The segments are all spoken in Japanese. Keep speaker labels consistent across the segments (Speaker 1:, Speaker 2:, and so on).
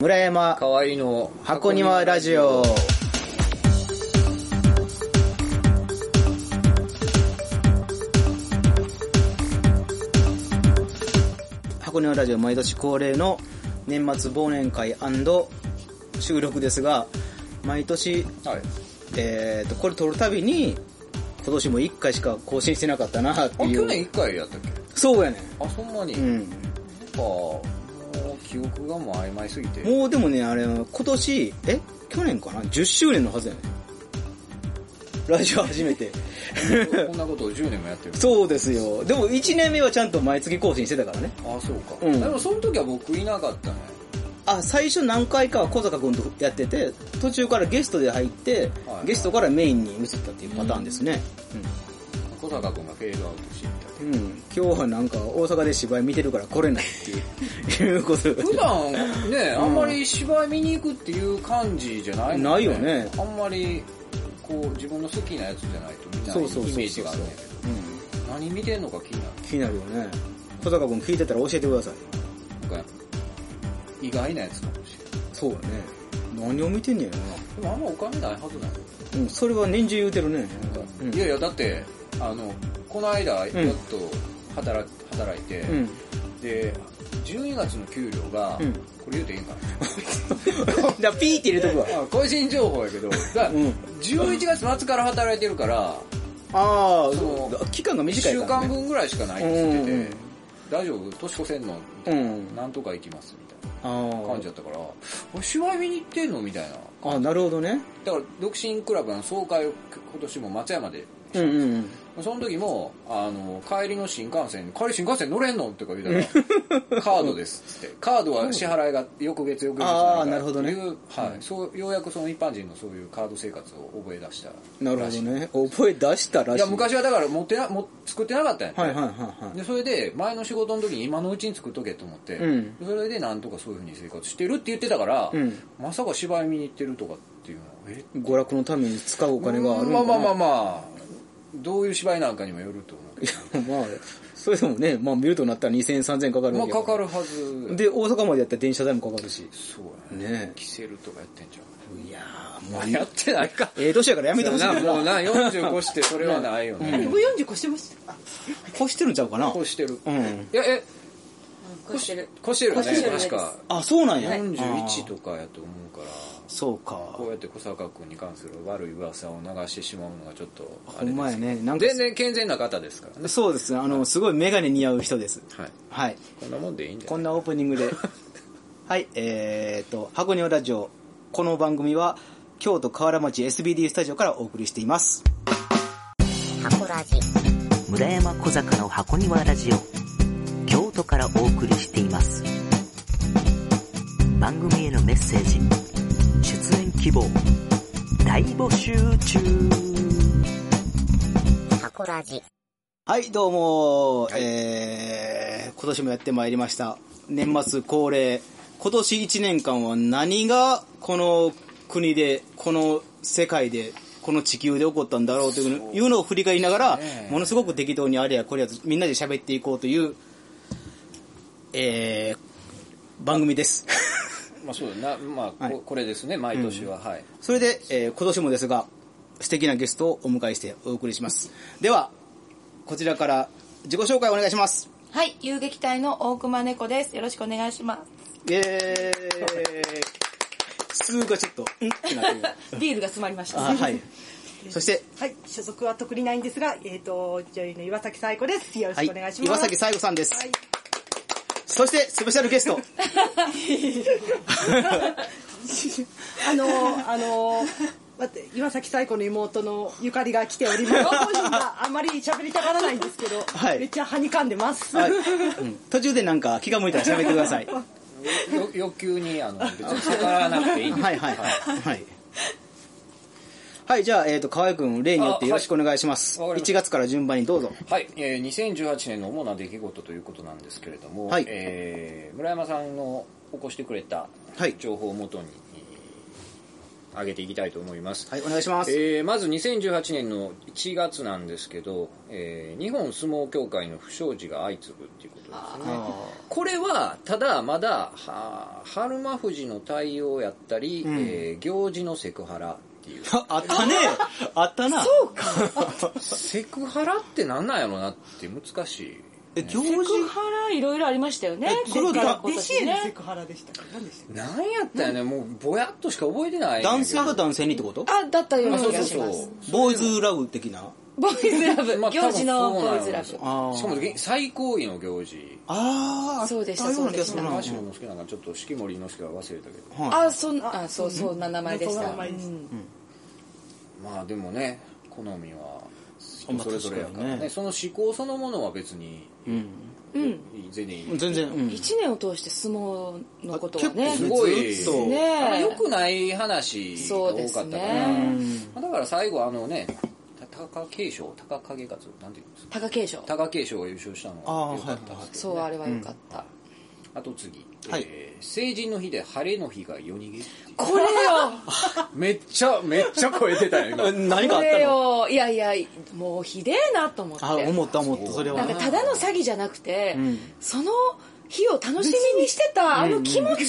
Speaker 1: 村山
Speaker 2: かわいいの
Speaker 1: 箱庭ラジオ箱庭ラジオ毎年恒例の年末忘年会収録ですが毎年
Speaker 2: はい
Speaker 1: えー、とこれ撮るたびに今年も1回しか更新してなかったなって
Speaker 2: あ
Speaker 1: いう
Speaker 2: 去年1回やったっけ
Speaker 1: そうやね
Speaker 2: あそんなに、
Speaker 1: んう
Speaker 2: なん
Speaker 1: ん
Speaker 2: かもう記憶がもう曖昧すぎて
Speaker 1: もうでもね、あれ、今年、え去年かな ?10 周年のはずやねラジオ初めて。
Speaker 2: こんなことを10年もやってる
Speaker 1: そうですよ。でも1年目はちゃんと毎月更新してたからね。
Speaker 2: あそうか、
Speaker 1: うん
Speaker 2: でもその時は僕いなかったね
Speaker 1: あ、最初何回かは小坂君とやってて、途中からゲストで入って、
Speaker 2: はい
Speaker 1: ゲストからメインに移ったっていうパターンですね。
Speaker 2: 小坂君がフェードアウトしていった
Speaker 1: うん。うん今日はなんか大阪で芝居見てるから来れないっていういうこと。
Speaker 2: 普段ね、あんまり芝居見に行くっていう感じじゃないもん
Speaker 1: ないよね
Speaker 2: あんまり、こう、自分の好きなやつじゃないとみんなイ
Speaker 1: そ
Speaker 2: メ
Speaker 1: うそうそうそう
Speaker 2: ージがあるんだけ
Speaker 1: うん
Speaker 2: ど、何見てんのか気にな
Speaker 1: 気になるよね。小坂君聞いてたら教えてください。
Speaker 2: る。なんか、意外なやつかもし
Speaker 1: そうやね。何を見てんねやろな。
Speaker 2: れない。でもあんまお金ないはずなんだよ
Speaker 1: うん、それは年中言うてるね。うん
Speaker 2: いやいや、だって、あの、この間、やっ
Speaker 1: ん
Speaker 2: と働働いて、
Speaker 1: うん。
Speaker 2: で、12月の給料が、
Speaker 1: うん
Speaker 2: これ言うていいんか
Speaker 1: だからピーって入れとくわ。
Speaker 2: なあ個人情報 やけど、だ
Speaker 1: うん
Speaker 2: 11月末から働いてるから、
Speaker 1: ああ、
Speaker 2: そ
Speaker 1: そうう。期間が
Speaker 2: 一
Speaker 1: 短い
Speaker 2: 週
Speaker 1: から、
Speaker 2: 間
Speaker 1: ね。
Speaker 2: 分ぐらいしかないって言ってて、
Speaker 1: うんうん
Speaker 2: 大丈夫年越せんのみた
Speaker 1: う
Speaker 2: いな、
Speaker 1: ん。
Speaker 2: なんとか行きますみたい
Speaker 1: あ
Speaker 2: な感
Speaker 1: ー
Speaker 2: じだったから、お芝居見に行ってんのみたいな。
Speaker 1: あー、なるほどね。
Speaker 2: だから、独身クラブの総会を今年も松山で、
Speaker 1: うんうんうん。
Speaker 2: その時も、あの、帰りの新幹線に、帰り新幹線乗れんのとか言うた ら、カードですっつって、カードは支払いが翌月翌月に
Speaker 1: あー
Speaker 2: るから
Speaker 1: なるほどね
Speaker 2: っていうはい、そう、ようやくその一般人のそういうカード生活を覚え出したらしい。
Speaker 1: なるほどね。覚え出したらしい。
Speaker 2: いや、。昔はだから持ってな、も作ってなかったんやって
Speaker 1: はいはいはいはい。
Speaker 2: でそれで前の仕事の時に今のうちに作っとけと思って、
Speaker 1: うん
Speaker 2: それでなんとかそういうふうに生活してるって言ってたから、
Speaker 1: うん
Speaker 2: まさか芝居見に行ってるとかっていうのはえ
Speaker 1: 娯楽のために使うお金があるのかな。
Speaker 2: まあまあまあまあどういう芝居なんかにもよると思うけ
Speaker 1: あ。まあ、それでもね、まあ見るとなったら2000円、3000円かかる
Speaker 2: ど
Speaker 1: わ
Speaker 2: まあ
Speaker 1: けやら
Speaker 2: かかるはず
Speaker 1: で、大阪までやったら電車代もかかるし。
Speaker 2: そうやね
Speaker 1: ね
Speaker 2: キセルとかやってんじゃ
Speaker 1: え。いやー
Speaker 2: ん
Speaker 1: もう、
Speaker 2: あやってないか
Speaker 1: ええ年やからやめてほしい
Speaker 2: な
Speaker 1: な。
Speaker 2: もうな45してそれはないよね
Speaker 3: 僕40越してました。あ、
Speaker 1: 干してるんちゃうかな。
Speaker 2: こうしてる、
Speaker 1: う
Speaker 2: い
Speaker 1: ん。
Speaker 2: やえ
Speaker 3: 越してる。
Speaker 2: こうしてる
Speaker 3: こ
Speaker 2: よ
Speaker 3: うして
Speaker 2: ね
Speaker 3: る
Speaker 2: 確か
Speaker 1: あ、そうなんや。
Speaker 2: 41
Speaker 1: あー
Speaker 2: とかやと思うから
Speaker 1: そうか
Speaker 2: こ。うやって小坂君に関する悪い噂を流してしまうのがちょっとあ
Speaker 1: ほ
Speaker 2: れ
Speaker 1: んま
Speaker 2: で
Speaker 1: や
Speaker 2: す
Speaker 1: ね。なんか
Speaker 2: 全然健全な方ですからね
Speaker 1: そうですね。あの、すごいメガネ似合う人です。
Speaker 2: はい
Speaker 1: はい。
Speaker 2: こんなもんでいいんじゃ
Speaker 1: こ
Speaker 2: ない
Speaker 1: んなオープニン グで。はい、えー、と、箱庭ラジオ。この番組は、京都河原町 SBD スタジオからお送りしています。
Speaker 4: 箱ラジ
Speaker 5: 村山小坂の箱庭ラジオ京都からお送りしています番組へのメッセージ出演希望大募集中
Speaker 4: 箱ラジ
Speaker 1: はい、どうも、えー、今年もやってまいりました。年末恒例。今年1年間は何がこの国で、この世界で、この地球で起こったんだろうというのいうのを振り返りながら、
Speaker 2: ね
Speaker 1: ものすごく適当にあれやこれやとみんなで喋っていこうという、えー、番組です。
Speaker 2: まあそうだなまあ
Speaker 1: は
Speaker 2: ここれですね毎年ははい
Speaker 1: それで、えー今年もですが、素敵なゲストをお迎えしてお送りします。では、こちらから自己紹介お願いします。
Speaker 3: はい、遊撃隊の大熊猫です。よろしくお願いしま
Speaker 1: イェーイ数がちょっと、んってなってる。
Speaker 3: す。 ビールが詰まりました。
Speaker 1: あ、はい。そして、
Speaker 6: はい、所属は特にないんですが、えっ、と、女優の岩崎彩子です。よろ
Speaker 1: は
Speaker 6: し
Speaker 1: い
Speaker 6: くお願いし、ま
Speaker 1: 岩
Speaker 6: す。
Speaker 1: 崎
Speaker 6: さ
Speaker 1: 最後さんです。
Speaker 6: はい
Speaker 1: そして、スペシャルゲスト。
Speaker 6: あのー、あのー、待って、岩崎彩子の妹のゆかりが来ており ます。本人があまり喋りたがらないんですけど、
Speaker 1: はい
Speaker 6: めっちゃはにかんでます。
Speaker 1: はいうん途中でなんか気が向いたら喋ってください。は
Speaker 2: よ欲求にあの別に逆らわなくていい
Speaker 1: い
Speaker 2: んで
Speaker 1: はいはい。はい。はい、じゃあ、えっ、と、河合くん、例によってよろしくお願いします。
Speaker 2: あはいわかりまし
Speaker 1: 1月から順番にどうぞ。
Speaker 2: はい、えー、2018年の主な出来事ということなんですけれども、
Speaker 1: はい
Speaker 2: えー村山さんの起こしてくれた
Speaker 1: はい
Speaker 2: 情報をもとに、えー上げていきたいと思います。
Speaker 1: はい、お願いします。
Speaker 2: えーまず2018年の1月なんですけど、えー日本相撲協会の不祥事が相次ぐっていうことですねこれはただまだは春馬富士の対応やったり、えー行事のセクハラって いう
Speaker 1: あったねあったな。
Speaker 6: そうか。
Speaker 2: セクハラってなんなんやろなって難しい
Speaker 1: え、行事
Speaker 7: セクハラいろいろありましたよね
Speaker 1: えこれは
Speaker 7: 前回の
Speaker 1: だ
Speaker 7: 今
Speaker 6: 弟子へ
Speaker 7: 年
Speaker 6: のセ
Speaker 7: ね
Speaker 6: クハラでしたか何でしたっ
Speaker 2: なんやったよね、もうぼやっとしか覚えてない
Speaker 1: 男性が
Speaker 2: だ
Speaker 1: 男性にってこと
Speaker 7: あだったような
Speaker 2: そう
Speaker 7: 気
Speaker 2: そ
Speaker 7: が
Speaker 2: う
Speaker 7: し
Speaker 2: そう
Speaker 7: ます
Speaker 1: ボーイズラブ的な
Speaker 7: ボーイズラブ
Speaker 2: まあ
Speaker 7: 行事の
Speaker 2: 多
Speaker 7: ボ
Speaker 2: 分そうなん
Speaker 7: ー
Speaker 2: や
Speaker 7: イズラブ
Speaker 1: あー
Speaker 2: しかも最高位の行事
Speaker 1: ああ、
Speaker 7: そうでし
Speaker 1: あ
Speaker 7: た
Speaker 1: ったような気がするな。
Speaker 7: そう
Speaker 2: 歌
Speaker 7: で
Speaker 2: 手の好きなんかちょっと式守之助は忘れたけど
Speaker 1: はい
Speaker 7: あそんあそうそんな名前でし
Speaker 6: そん
Speaker 7: た
Speaker 6: な名前でした
Speaker 7: うん
Speaker 2: まあでもね好みは人
Speaker 1: まあ
Speaker 2: それぞれやから
Speaker 1: 確
Speaker 2: ね
Speaker 1: かにね
Speaker 2: その思考そのものは別に
Speaker 1: うん。
Speaker 7: うん
Speaker 2: 全然いい、
Speaker 1: 全然、うん。
Speaker 7: 一年を通して相撲のことはね
Speaker 1: 結
Speaker 2: す
Speaker 1: 構
Speaker 2: ごい
Speaker 1: ずっと
Speaker 7: ね
Speaker 2: あんま
Speaker 7: え
Speaker 2: 良くない話が
Speaker 7: そう
Speaker 2: 多か
Speaker 7: で
Speaker 2: ったか
Speaker 7: す
Speaker 2: ら、
Speaker 7: ね
Speaker 2: まあだから最後あのねた貴景勝貴景勝なんていうんですか
Speaker 7: 貴景勝
Speaker 2: 貴景勝が優勝したの
Speaker 1: あ
Speaker 2: は
Speaker 1: ー
Speaker 2: 良かったですけど、
Speaker 7: そうあれは良かった
Speaker 2: あと次、
Speaker 1: はい
Speaker 2: えー成人の日で晴れの日が夜逃げっていう
Speaker 7: これよ
Speaker 2: めっちゃめっちゃ超えてた よ今
Speaker 1: え何があ
Speaker 7: こ
Speaker 1: った
Speaker 7: れ
Speaker 1: の
Speaker 7: よいやいやもうひでえなと思って
Speaker 1: あ、思った思った、それは
Speaker 7: なんか
Speaker 1: ね。
Speaker 7: ただの詐欺じゃなくて、
Speaker 1: ん
Speaker 7: その日を楽しみにしてたあの気持ちを返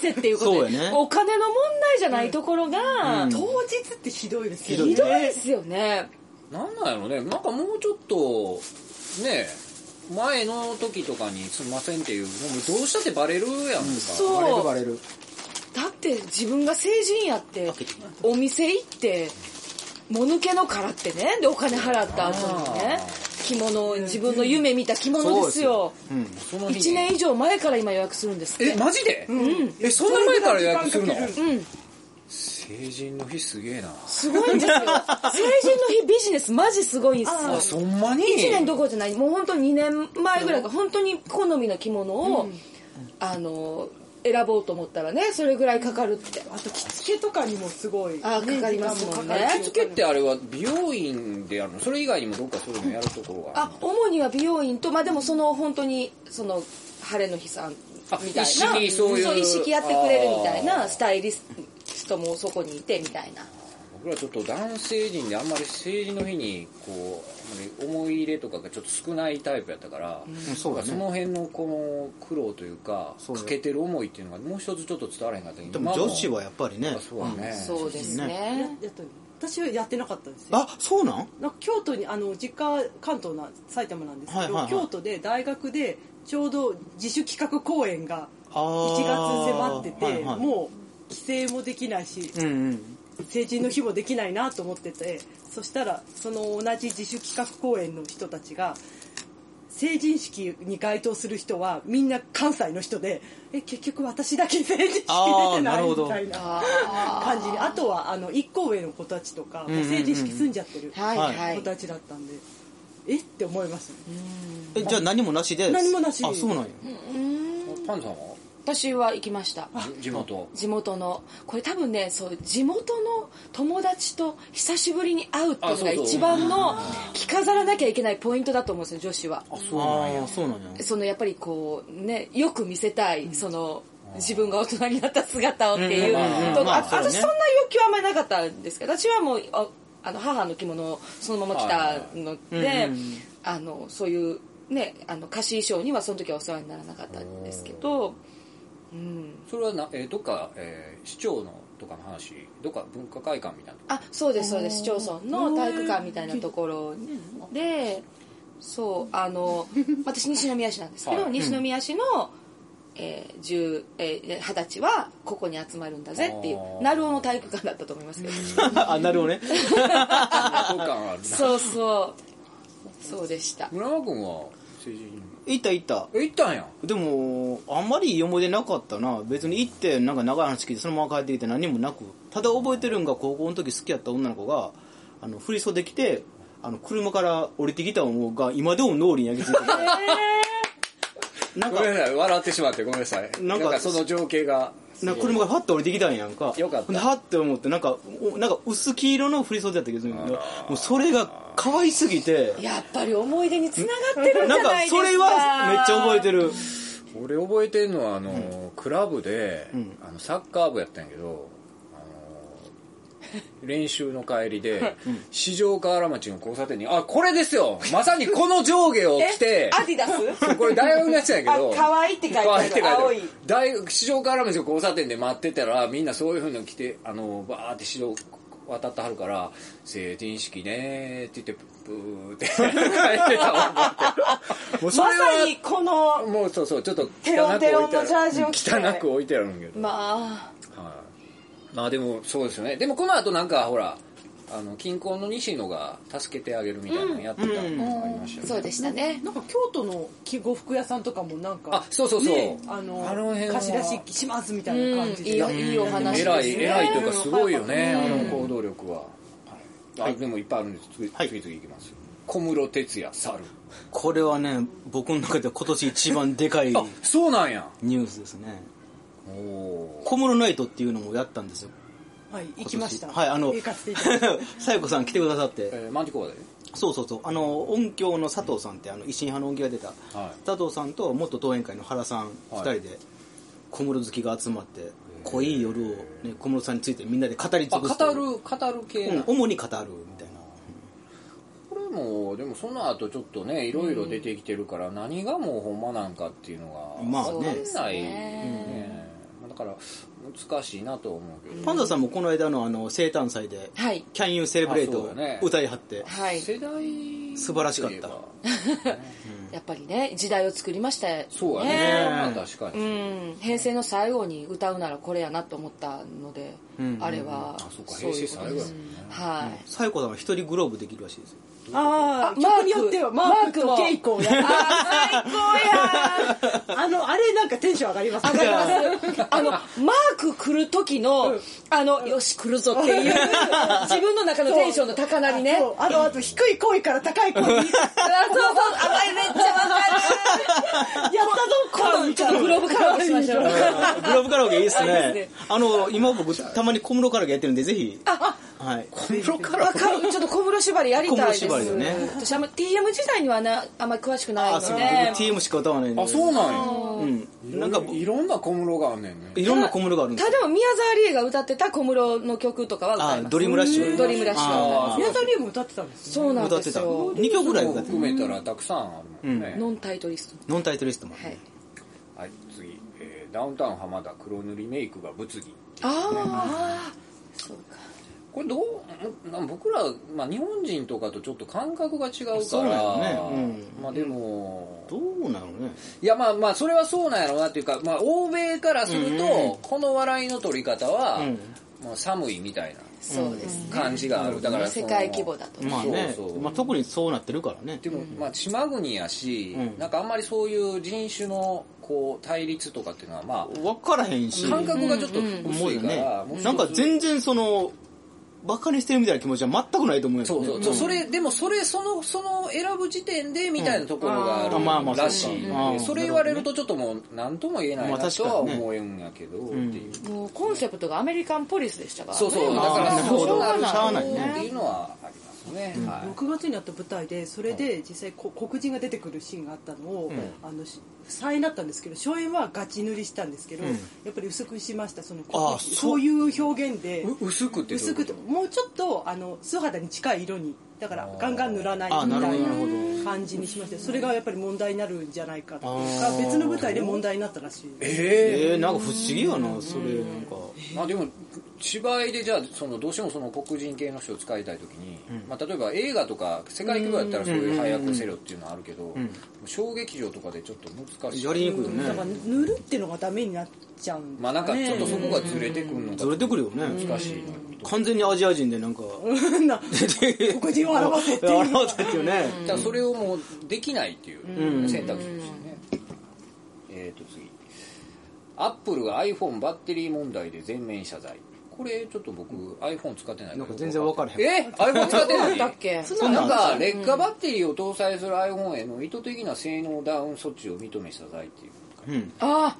Speaker 7: せっていうことで、
Speaker 1: そうやね
Speaker 7: お金の問題じゃないところが、
Speaker 6: け当日ってひどいです
Speaker 1: ひ
Speaker 6: よ
Speaker 1: ど
Speaker 6: ね
Speaker 1: い
Speaker 7: ひどいですよね。
Speaker 2: なんなんやろねなんかもうちょっとね前の時とかにすんませんっていうもうどうしたってバレるやんか、
Speaker 7: そう
Speaker 1: バレる
Speaker 7: だって自分が成人やって、お店行って、もぬけの殻ってね、でお金払った後にね
Speaker 2: あ、
Speaker 7: 着物、自分の夢見た着物ですよ。
Speaker 1: バレる。
Speaker 2: その日
Speaker 7: 一
Speaker 2: に
Speaker 7: 年以上前から今予約するんですって。
Speaker 2: えマジで、
Speaker 7: うん。
Speaker 2: えそんな前から予約するの
Speaker 6: それぐらい時間かけ
Speaker 7: うん。
Speaker 2: 成人の日すげえな
Speaker 7: すごいんです よ。成人の日ビジネスマジすごいんですよ。
Speaker 2: あそんまに
Speaker 7: 1年どころじゃないもう本当に2年前ぐらいから本当に好みの着物を、あの選ぼうと思ったらねそれぐらいかかるって
Speaker 6: あと着付けとかにもすごい
Speaker 7: あーかかりますもんね
Speaker 2: 着付けってあれは美容院でやるのそれ以外にもどっかそういうのやるところがあ
Speaker 7: あ
Speaker 2: るの
Speaker 7: 主には美容院とまあでもその本当にその晴れの日さんみたいな
Speaker 2: 一式そういう
Speaker 7: 一式やってくれるみたい
Speaker 2: あー
Speaker 7: なスタイリストもそこにいてみたいな
Speaker 2: 僕らちょっと男性人であんまり成人の日にこうあんまり思い入れとかがちょっと少ないタイプやったから、
Speaker 1: そうだね
Speaker 2: その辺のこの苦労というか
Speaker 1: そうだ
Speaker 2: 欠けてる思いっていうのがもう一つちょっと伝わらへんかったけ
Speaker 1: で
Speaker 2: ど
Speaker 1: も女子は
Speaker 2: や
Speaker 1: やっぱりね。
Speaker 2: そうだね、
Speaker 7: そうですね
Speaker 6: ややったの私はやってなかったんですよ
Speaker 1: あ、そうなん
Speaker 6: なんか京都にあの実家関東な埼玉なんですけど、
Speaker 1: はいはいはい
Speaker 6: 京都で大学でちょうど自主企画公演が
Speaker 1: あー
Speaker 6: 1月迫ってて、
Speaker 1: はいはい
Speaker 6: もう帰省もできないし、
Speaker 1: うんうん。
Speaker 6: 成人の日もできないなと思っててそしたらその同じ自主企画公演の人たちが成人式に該当する人はみんな関西の人でえ結局私だけ成人式出
Speaker 1: あー
Speaker 6: て
Speaker 1: な
Speaker 6: な
Speaker 1: る
Speaker 6: い
Speaker 1: ほど
Speaker 6: みたいな感じにあとはあの一個上の子たちとか、もう成人式住んじゃってる
Speaker 7: はいは
Speaker 6: 子
Speaker 7: い
Speaker 6: たちだったんで、えって思いましたね
Speaker 1: え、じゃあ何もなしで
Speaker 6: 何もなし
Speaker 1: あ、そうなんや。
Speaker 2: パンさんは
Speaker 7: 私は行きました
Speaker 2: じ地元
Speaker 7: 地元のこれ多分ねそう地元の友達と久しぶりに会うっていうのが
Speaker 2: あそうそう
Speaker 7: 一番の着飾らなきゃいけないポイントだと思うんですよ女子は
Speaker 2: あそうなんや
Speaker 1: ああ、そうなんや。
Speaker 7: そのやっぱりこうねよく見せたい、その自分が大人になった姿をってい
Speaker 2: う
Speaker 7: う
Speaker 2: んうんうん
Speaker 7: とこ
Speaker 1: まあ
Speaker 7: あ
Speaker 1: そうね
Speaker 7: 私そんな欲求はあんまりなかったんですけど私はもうああの母の着物をそのまま着たの
Speaker 1: はいはい
Speaker 7: であのそういうねあの歌詞衣装にはその時はお世話にならなかったんですけどうん
Speaker 2: それはな、えーどっか、えー市長のとかの話どっか文化会館みたいなとこ
Speaker 7: あそうですそうです市町村の体育館みたいなところでそう あの私西宮市なんですけど、
Speaker 2: はい
Speaker 7: 西宮市の、えー10えー二十歳はここに集まるんだぜってい
Speaker 2: あー
Speaker 7: う鳴尾の体育館だったと思いますけど
Speaker 1: あ、なるほどね。
Speaker 2: 文化会館あるな
Speaker 7: そうそうそうでした
Speaker 2: 村山君は成人
Speaker 1: 行った行った。
Speaker 2: え行ったんや
Speaker 1: でも、あんまりいい思い出なかったな。別に行って、なんか長い話聞いて、そのまま帰ってきて何もなく。ただ覚えてるんが、高校の時好きやった女の子が、あの、振り袖着て、あの、車から降りてきたのが、今でも脳裏に焼き付いてる。なん
Speaker 2: ご
Speaker 1: か
Speaker 2: め、んなさい笑ってしまってごめんなさい
Speaker 1: な
Speaker 2: なんん
Speaker 1: か
Speaker 2: かその情景が
Speaker 1: なんか車がファッと降りてきたんやんか。
Speaker 2: よかった
Speaker 1: ほんではって思って、なんか、おなんか薄黄色の振り袖だったけど、もうそれが可愛すぎて、
Speaker 7: やっぱり思い出につながってるんじ
Speaker 1: な
Speaker 7: ゃ
Speaker 1: んか
Speaker 7: ないですか
Speaker 1: それはめっちゃ覚えてる。
Speaker 2: 俺覚えてんのはあの、クラブで、あのサッカー部やったんやけどあの 練習の帰りで、四条河原町の交差点に、あ、これですよまさにこの上 下を着て、
Speaker 3: アディダス
Speaker 2: これ大学のやつやけど。
Speaker 3: あ可愛いって書いてある
Speaker 2: 可愛って書いてある
Speaker 3: 青い
Speaker 2: 大学、市場から町の交差点で待ってたら、みんなそういうふうに来て、あの、バーって市場渡ってはるから、成人式ねーって言って、ブーって帰ってたわ。 もうそ
Speaker 3: ま
Speaker 2: れは
Speaker 3: さにこの
Speaker 2: もうそうそう、ちょっと
Speaker 3: テロ
Speaker 2: 汚
Speaker 3: ン
Speaker 2: く
Speaker 3: テロン
Speaker 2: 置いてあ
Speaker 3: の
Speaker 2: る
Speaker 3: ジャージを着て
Speaker 2: 汚く置いてあるんやけど。
Speaker 3: まあ
Speaker 2: はい、まあでもそうですよねでもこの後なんかほらあの近郊の西野が助けてあげるみたいなのやってたのがありましたよね、
Speaker 7: そうでしたね
Speaker 6: なんか京都の着呉服屋さんとかもなんか
Speaker 2: あそうそうそう
Speaker 6: ねあの
Speaker 2: あの辺は
Speaker 6: 貸し出ししますみたいな感じで、
Speaker 7: いいよいいお話です
Speaker 2: 偉い
Speaker 7: ね
Speaker 2: 偉いというかすごいよね、
Speaker 6: うん
Speaker 2: あの行動力は、はいあでもいっぱいあるんです次,、
Speaker 1: はい
Speaker 2: 次々いきます小室哲哉猿
Speaker 1: これはね、僕の中では今年一番でかい
Speaker 2: あそうなんや
Speaker 1: ニュースですね。
Speaker 2: おお
Speaker 1: 小室ナイトっていうのもやったんですよ。
Speaker 6: はい行きました
Speaker 1: はい、あの
Speaker 6: 行かせていただきまし、
Speaker 1: さやこさん来てくださって。
Speaker 2: えー、マンティコーダで
Speaker 1: そうそうそうあの音響の佐藤さんってあの維新派の音響が出た、
Speaker 2: はい
Speaker 1: 佐藤さんと元後援会の原さん2
Speaker 2: はい
Speaker 1: 人で小室好きが集まって濃い夜を、ね、小室さんについてみんなで語り
Speaker 2: あ
Speaker 1: 尽くすとい
Speaker 2: 語
Speaker 1: う
Speaker 2: る語る系
Speaker 1: う、
Speaker 2: なん
Speaker 1: 主に語るみたいな
Speaker 2: これもでもその後ちょっとねいろいろ出てきてるから何がもうほんまなんかっていうのが
Speaker 1: まあね
Speaker 2: 分かんない
Speaker 7: ね
Speaker 2: ねだから難しいなと思うけど
Speaker 1: パンダさんもこの間のあの生誕祭で
Speaker 7: はい
Speaker 1: 「Can You Celebrate」
Speaker 2: あそうだね
Speaker 1: を歌いはって、
Speaker 7: はい
Speaker 2: 世代
Speaker 1: 素晴らしかった
Speaker 2: といえば
Speaker 7: やっぱりね時代を作りましたよ
Speaker 2: そうやねまあ確か
Speaker 7: う
Speaker 2: に
Speaker 7: ん平成の最後に歌うならこれやなと思ったので、あれは
Speaker 2: あそうか
Speaker 7: そう
Speaker 2: 平
Speaker 7: い
Speaker 2: 成
Speaker 7: うこ
Speaker 2: 最後や
Speaker 7: とです
Speaker 2: もんね
Speaker 7: はい、
Speaker 1: さやこさんは一人グローブできるらしいですよ
Speaker 6: ああ曲によってはマークと
Speaker 7: マークも
Speaker 6: ケイコをやるあ最高やあのあれなんかテンション上がりますね
Speaker 7: 上がります あのマーク来る時の、あのよし来るぞっていう自分の中のテンションの高鳴りね
Speaker 6: そうあのあと低い声から高い声にやっ
Speaker 7: あそうそう甘いめっちゃわ
Speaker 6: たぞこ
Speaker 7: ちょっとグローブカラオケしましょう
Speaker 1: グローブカラオケいいっす
Speaker 7: あい
Speaker 1: ね
Speaker 7: いですね
Speaker 1: あの今僕たまに小室カラオケやってるんでぜひはい
Speaker 2: 小室から
Speaker 7: かるちょっと小室縛りやりたいです
Speaker 1: 小室縛りよね
Speaker 7: 私あんま TM 時代にはなあんまり詳しくないの
Speaker 1: あ
Speaker 7: で
Speaker 1: そう、僕 TM しか歌わないんで
Speaker 2: あそうなん
Speaker 1: うん、
Speaker 2: や
Speaker 1: ないんか
Speaker 2: ろいろんな小室があんねんね
Speaker 1: いろんな小室があるんです
Speaker 7: た
Speaker 1: よ
Speaker 7: だでも宮沢りえが歌ってた小室の曲とかは歌い
Speaker 1: あ
Speaker 7: ます
Speaker 1: ドリームラッシュ
Speaker 7: ドリームラッシュは
Speaker 1: あ
Speaker 6: 宮沢りえも歌ってたんです
Speaker 7: そうなん
Speaker 1: 歌
Speaker 7: で
Speaker 1: って
Speaker 7: す
Speaker 1: た
Speaker 7: よ
Speaker 1: 2曲ぐらい歌ってた
Speaker 2: 含めたらたくさんあるもんね
Speaker 7: ノンタイトリスト
Speaker 1: ノンタイトリストも、
Speaker 7: はい
Speaker 2: はい次えーダウンタウン浜田黒塗りメイクが物議
Speaker 7: ああそうか
Speaker 2: これどうな僕ら、まあ、日本人とかとちょっと感覚が違うから
Speaker 1: そうなんよね
Speaker 2: まあでも、
Speaker 1: どうなのね
Speaker 2: いやまあまあそれはそうなんやろうなっていうか、まあ、欧米からすると、
Speaker 1: うんうん
Speaker 2: この笑いの取り方は、
Speaker 1: うん
Speaker 2: まあ、寒いみたい
Speaker 7: そうです
Speaker 2: な感じがある、だからそ
Speaker 7: 世
Speaker 2: の
Speaker 7: 界規模だとね
Speaker 1: まあね
Speaker 2: そうそう
Speaker 1: まあ、特にそうなってるからね
Speaker 2: でも、まあ、島国やし、
Speaker 1: うん
Speaker 2: なんかあんまりそういう人種のこう対立とかっていうのはま
Speaker 1: 分からへんし
Speaker 2: あ感覚がちょっと
Speaker 1: 思
Speaker 2: 薄
Speaker 1: う
Speaker 2: い
Speaker 1: よ
Speaker 2: か
Speaker 1: ね
Speaker 2: ら、もう一つ
Speaker 1: なんか全然そのバカにしてるみたいな気持ちは全くないと思うよ、ね、
Speaker 2: そうそう、
Speaker 1: ん
Speaker 2: それでもそれそのその選ぶ時点でみたいなところがあ
Speaker 1: うんあまあま
Speaker 2: る
Speaker 1: あそうから
Speaker 2: しい、
Speaker 1: うん
Speaker 2: でそれ言われるとちょっともう何とも言えない
Speaker 1: まあ
Speaker 2: な
Speaker 1: 確
Speaker 2: と
Speaker 1: か
Speaker 2: は
Speaker 1: にね
Speaker 2: 思えんやけどっていう、
Speaker 7: もうコンセプトがアメリカンポリスでしたからね
Speaker 2: そうそうだ
Speaker 7: まあ
Speaker 2: から
Speaker 1: あー
Speaker 2: そうなる
Speaker 1: しゃあない
Speaker 2: と
Speaker 1: ね
Speaker 2: っていうのはありますね、はい
Speaker 6: 6月にあった舞台でそれで実際こ黒人が出てくるシーンがあったのを、あのし再演だったんですけど初演はガチ塗りしたんですけど、やっぱり薄くしましたその
Speaker 1: あ
Speaker 6: こ
Speaker 1: そう
Speaker 6: そういう表現で
Speaker 2: う薄くってどうい
Speaker 6: 薄
Speaker 2: うこ
Speaker 6: く
Speaker 2: と
Speaker 6: ともうちょっとあの素肌に近い色にだからガンガン塗らない
Speaker 1: あー
Speaker 6: み
Speaker 1: なるほ
Speaker 6: た
Speaker 1: ど
Speaker 6: い
Speaker 1: なる
Speaker 6: な感じにしましたそれがやっぱり問題になるんじゃないかっていう
Speaker 1: あ
Speaker 6: か
Speaker 1: ー
Speaker 6: 別の舞台で問題になったらしいです
Speaker 2: ええ
Speaker 1: えー、なんか不思議やなそれなんか
Speaker 2: まあでも芝居でじゃあそのどうしてもその黒人系の人を使いたい時に、まあ、例えば映画とか世界規模やったらそういう配役せよっていうのはあるけど、小劇場とかでちょっと難しい
Speaker 1: やりにくいよ
Speaker 6: だから
Speaker 1: ね
Speaker 6: 塗るっていうのがダメになっちゃうん
Speaker 2: まあなん かちょっとそこがずれてくるのが
Speaker 1: ずれてくるよね
Speaker 2: 難しいな
Speaker 1: 完全にアジア人でなんか
Speaker 6: そ んな黒人を表せっていう
Speaker 1: 表せって いうね
Speaker 2: だからそれをもうできないっていう選択肢ですよね、えっ、と次アップルが iPhone バッテリー問題で全面謝罪これちょっと僕 iPhone 使ってない
Speaker 1: なんか全然分からへん
Speaker 2: え iPhone 使ってない
Speaker 7: だっけ
Speaker 2: そんななんか劣化バッテリーを搭載する iPhone への意図的な性能ダウン措置を認め謝罪っていう
Speaker 1: うん
Speaker 7: あ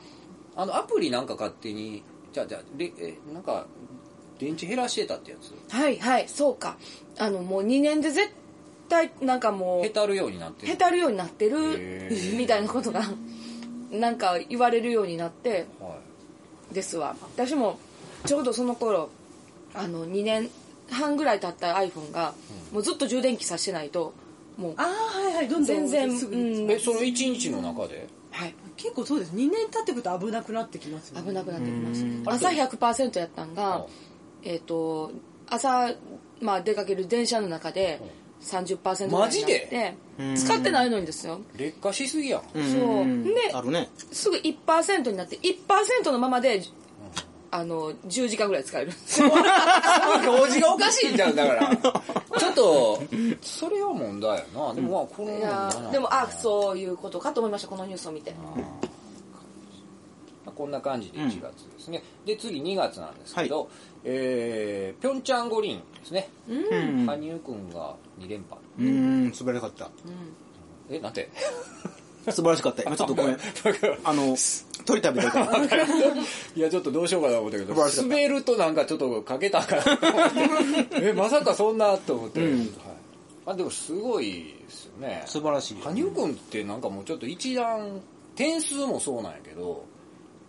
Speaker 2: あのアプリなんか勝手にじゃあじゃあでえなんか電池減らしてたってやつ
Speaker 7: あはいはいそうかあのもう2年で絶対なんかも
Speaker 2: へ
Speaker 7: う
Speaker 2: たるようになってる
Speaker 7: へたるようになってる
Speaker 2: へー
Speaker 7: みたいなことがなんか言われるようになって
Speaker 2: はい
Speaker 7: ですわ私もちょうどその頃あの2年半ぐらい経った iPhone が、もうずっと充電器さしてないともう
Speaker 6: ああはいはいどんどん
Speaker 7: 全然、
Speaker 6: すぐ
Speaker 7: う
Speaker 6: に
Speaker 7: ん
Speaker 2: えその1日の中で
Speaker 7: はい、
Speaker 6: 結構そうです2年経ってくると危なくなってきますよね
Speaker 7: 危なくなってきました朝100%やったんが
Speaker 2: うん、
Speaker 7: えっと朝、まあ、出かける電車の中で30%ぐらい
Speaker 2: マ
Speaker 7: に
Speaker 2: ジ
Speaker 7: なっ
Speaker 2: で
Speaker 7: て使ってないのにですよ
Speaker 2: 劣化しすぎやん
Speaker 7: そうで
Speaker 1: あるね。
Speaker 7: すぐ1%になって1%のままであの10時間ぐらい使えるんですよ
Speaker 2: 表示がおかしいじゃんだからちょっとそれは問題やなでもまあこの問題
Speaker 7: いや
Speaker 2: なん
Speaker 7: ー
Speaker 2: や
Speaker 7: でもあそういうことかと思いましたこのニュースを見て
Speaker 2: まあこんな感じで1月ですね、で次2月なんですけど、えー、ピョンチャン五輪ですね、
Speaker 1: うん
Speaker 2: 羽生くんが2連覇
Speaker 1: うん、素晴らしかった。
Speaker 2: えなんて
Speaker 1: 素晴らしかった。今ちょっとごめん。あの、鳥食べたいから。
Speaker 2: いやちょっとどうしようかなと思ったけど
Speaker 1: 素晴らしかった
Speaker 2: 滑るとなんかちょっとかけたんかなと思ってえまさかそんなと思って、
Speaker 1: うん
Speaker 2: はいまあ、でもすごいですよね
Speaker 1: 素晴らしい。
Speaker 2: 羽生君ってなんかもうちょっと一段点数もそうなんやけど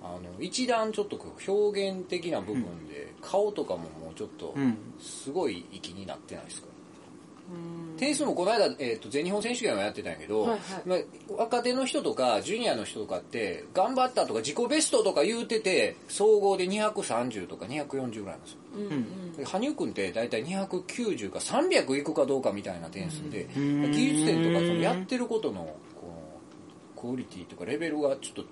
Speaker 2: あの一段ちょっとこう表現的な部分で、顔とかももうちょっと
Speaker 1: うん
Speaker 2: すごい息になってないですか、点数もこの間、えー、と全日本選手権はやってたんやけど、まあ若手の人とかジュニアの人とかって頑張ったとか自己ベストとか言うてて総合で230とか240ぐらいなんですよで羽生君って大体290か300いくかどうかみたいな点数で、技術点とかそのやってることのこのクオリティとかレベルがちょっと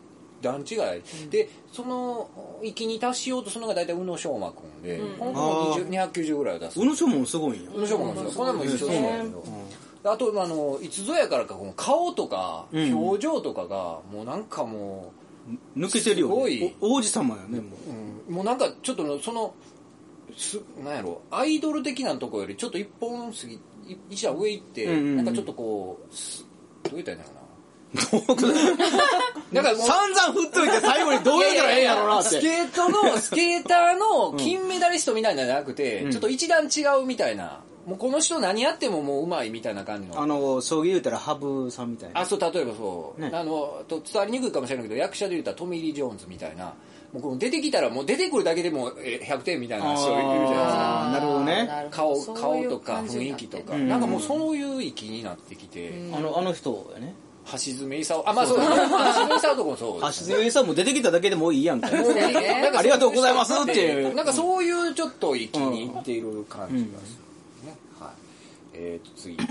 Speaker 2: 段違い、でその域に達しようとするのが大体宇野昌磨君で、今後も20 290ぐらいを出す
Speaker 1: 宇野昌磨もすごいんよ
Speaker 2: 宇。野昌磨君ですよこれも一緒なんだけどであとまああのいつぞやからかこの顔とか
Speaker 1: うん
Speaker 2: 表情とかがもうなんかもう
Speaker 1: 抜けてるよね。
Speaker 2: すごい
Speaker 1: お王子様やね、もう。
Speaker 2: うんもうなんかちょっとのそのすなんやろアイドル的なとこよりちょっと一本過ぎい一段上行って、
Speaker 1: うんうんうん
Speaker 2: なんかちょっとこうすどう言ったらいいんだろ
Speaker 1: 僕
Speaker 2: うななんかもう
Speaker 1: 散々振っといて最後にどう言うたらええんやろうなっ
Speaker 2: ス
Speaker 1: て。
Speaker 2: ケートのスケーターの金メダリストみたいなんじゃなくて、
Speaker 1: うん
Speaker 2: ちょっと一段違うみたいなもうこの人何やってももううまいみたいな感じ の
Speaker 1: あの、将棋言うたらハブさんみたいな。
Speaker 2: あそう例えばそう、
Speaker 1: ね
Speaker 2: あのと伝わりにくいかもしれないけど役者で言うたらトミー・リー・ジョーンズみたいなもうこの出てきたらもう出てくるだけでもえ100点みたいな人いるじゃないですか
Speaker 1: あーなるほどね。
Speaker 2: 顔
Speaker 7: そういう
Speaker 2: 顔とか
Speaker 7: 感じ
Speaker 2: 雰
Speaker 7: に
Speaker 2: 囲
Speaker 7: なって
Speaker 2: 気とか、
Speaker 1: うん
Speaker 2: なんかもうそういう域になってきて、
Speaker 1: あの、あの人やね。
Speaker 2: 橋爪功あまあそうだね橋爪功とかもそう
Speaker 1: 橋
Speaker 2: ですね
Speaker 1: 爪さんも出てきただけでもういいやんか。
Speaker 2: なんか
Speaker 1: ありがとうございますっていう
Speaker 2: なんかそういうちょっと域に行っている感じがするね、はいえー、と次、えー